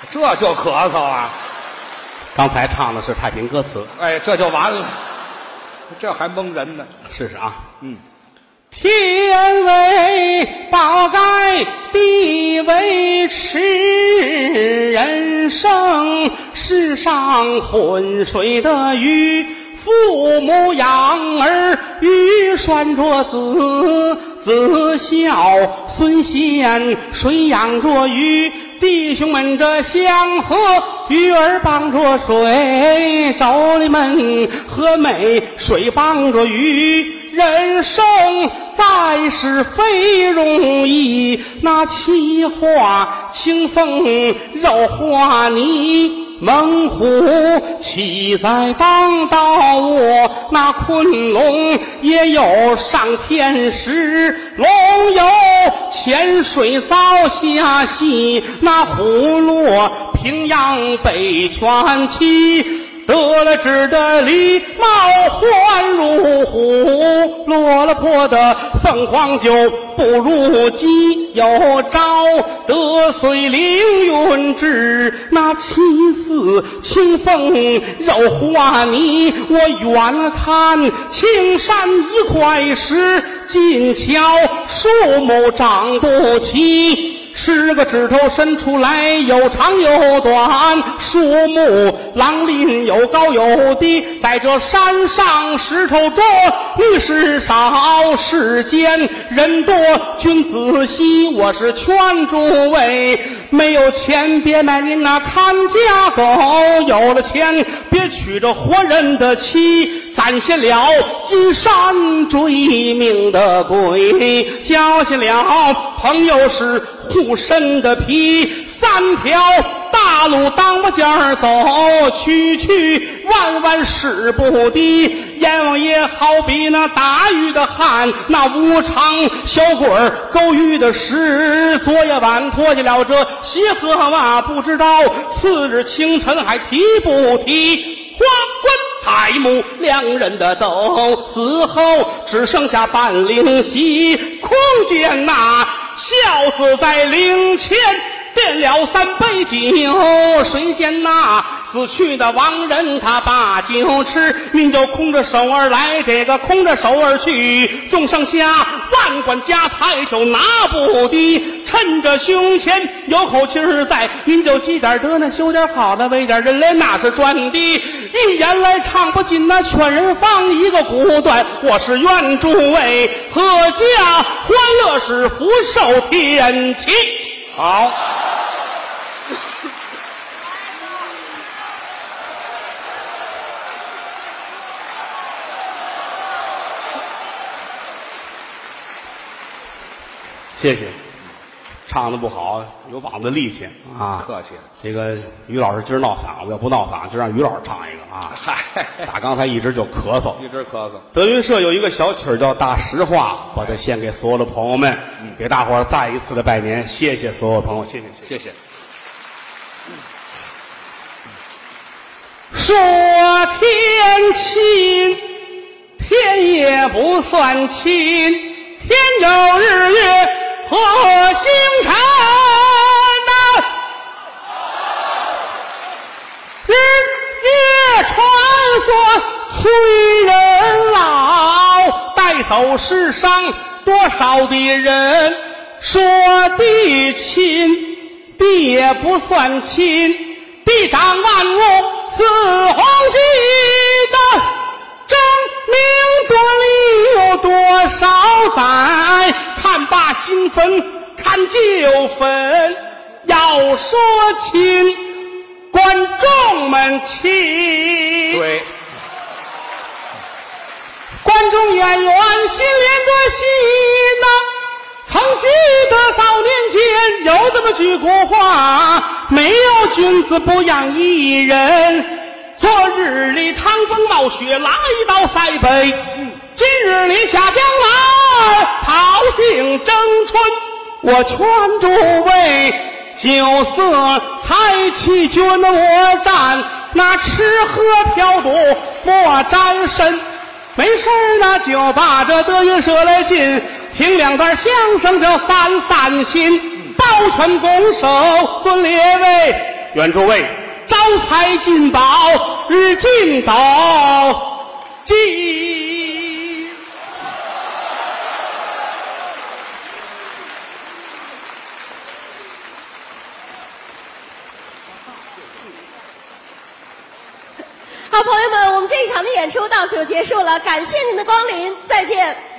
Speaker 3: 这就咳嗽啊？
Speaker 2: 刚才唱的是太平歌词，
Speaker 3: 哎，这就完了，这还蒙人呢。
Speaker 2: 试试啊。
Speaker 3: 嗯，
Speaker 2: 天为宝盖，地为池，人生世上浑水的鱼，父母养儿育拴着子，子孝孙贤水养着鱼，弟兄们这相和，鱼儿帮着水，妯娌们和美，水帮着鱼。人生在世非容易，那七花清风揉花泥。猛虎起在当道卧，那昆龙也有上天时。龙游浅水遭下戏，那虎落平阳北泉栖。得了志的狸猫换入虎，落了魄的凤凰就不如鸡。有朝得遂凌云志，那七似清风揉花泥。我远看青山一块石，近瞧树木长不齐。十个指头伸出来，有长有短，树木狼林有高有低，在这山上石头多，玉石少，世间人多，君子稀。我是劝诸位，没有钱别买人那看家狗，有了钱别娶这活人的妻。攒下了金山追命的鬼，交下了朋友是护身的皮，三条大路当我家儿走，曲曲弯弯使不低。阎王爷好比那打鱼的汉，那无常小鬼儿勾鱼的石。昨夜晚脱下了这鞋和袜，不知道次日清晨还提不提。花冠彩木两人的斗，死后只剩下半灵犀。空见那孝子在灵前点了三杯酒，谁见那死去的亡人他把酒吃，您就空着手儿来，这个空着手儿去，纵剩下万贯家财就拿不低。趁着胸前有口气儿在，您就积点德呢，修点好的，为点人来那是赚的。一言来唱不尽那劝人方一个古段，我是愿诸位阖家欢乐是福寿天齐。
Speaker 3: 好，
Speaker 2: 谢谢，唱的不好有膀子力气啊，
Speaker 3: 客气了。
Speaker 2: 这个于老师今儿闹嗓子，要不闹嗓子就让于老师唱一个啊。
Speaker 3: 嗨，
Speaker 2: 打刚才一直就咳嗽，
Speaker 3: 一直咳嗽。
Speaker 2: 德云社有一个小曲儿叫《大实话》，我得献给所有的朋友们，给大伙儿再一次的拜年，谢谢所有朋友，谢谢谢谢。
Speaker 3: 谢谢。
Speaker 2: 说天亲，天也不算亲，天有日月和星辰呐、日夜穿梭催人走世上多少的人，说地亲，地也不算亲，地长万物似红旗的争名夺利有多少载？看罢新坟，看旧坟，要说亲，观众们亲。
Speaker 3: 对，
Speaker 2: 观众演员心连着心呐。曾记得早年间有这么句古话：没有君子不养艺人。昨日里趟风冒雪来到塞北，今日里下江来桃杏争春。我劝诸位酒色财气君莫沾，那吃喝嫖赌莫沾身。没事儿呢，就把这德云社来进，听两段相声叫散散心，抱拳拱手尊列位，愿诸位招财进宝，日进斗金。
Speaker 1: 好，朋友们，我们这一场的演出到此就结束了，感谢您的光临，再见。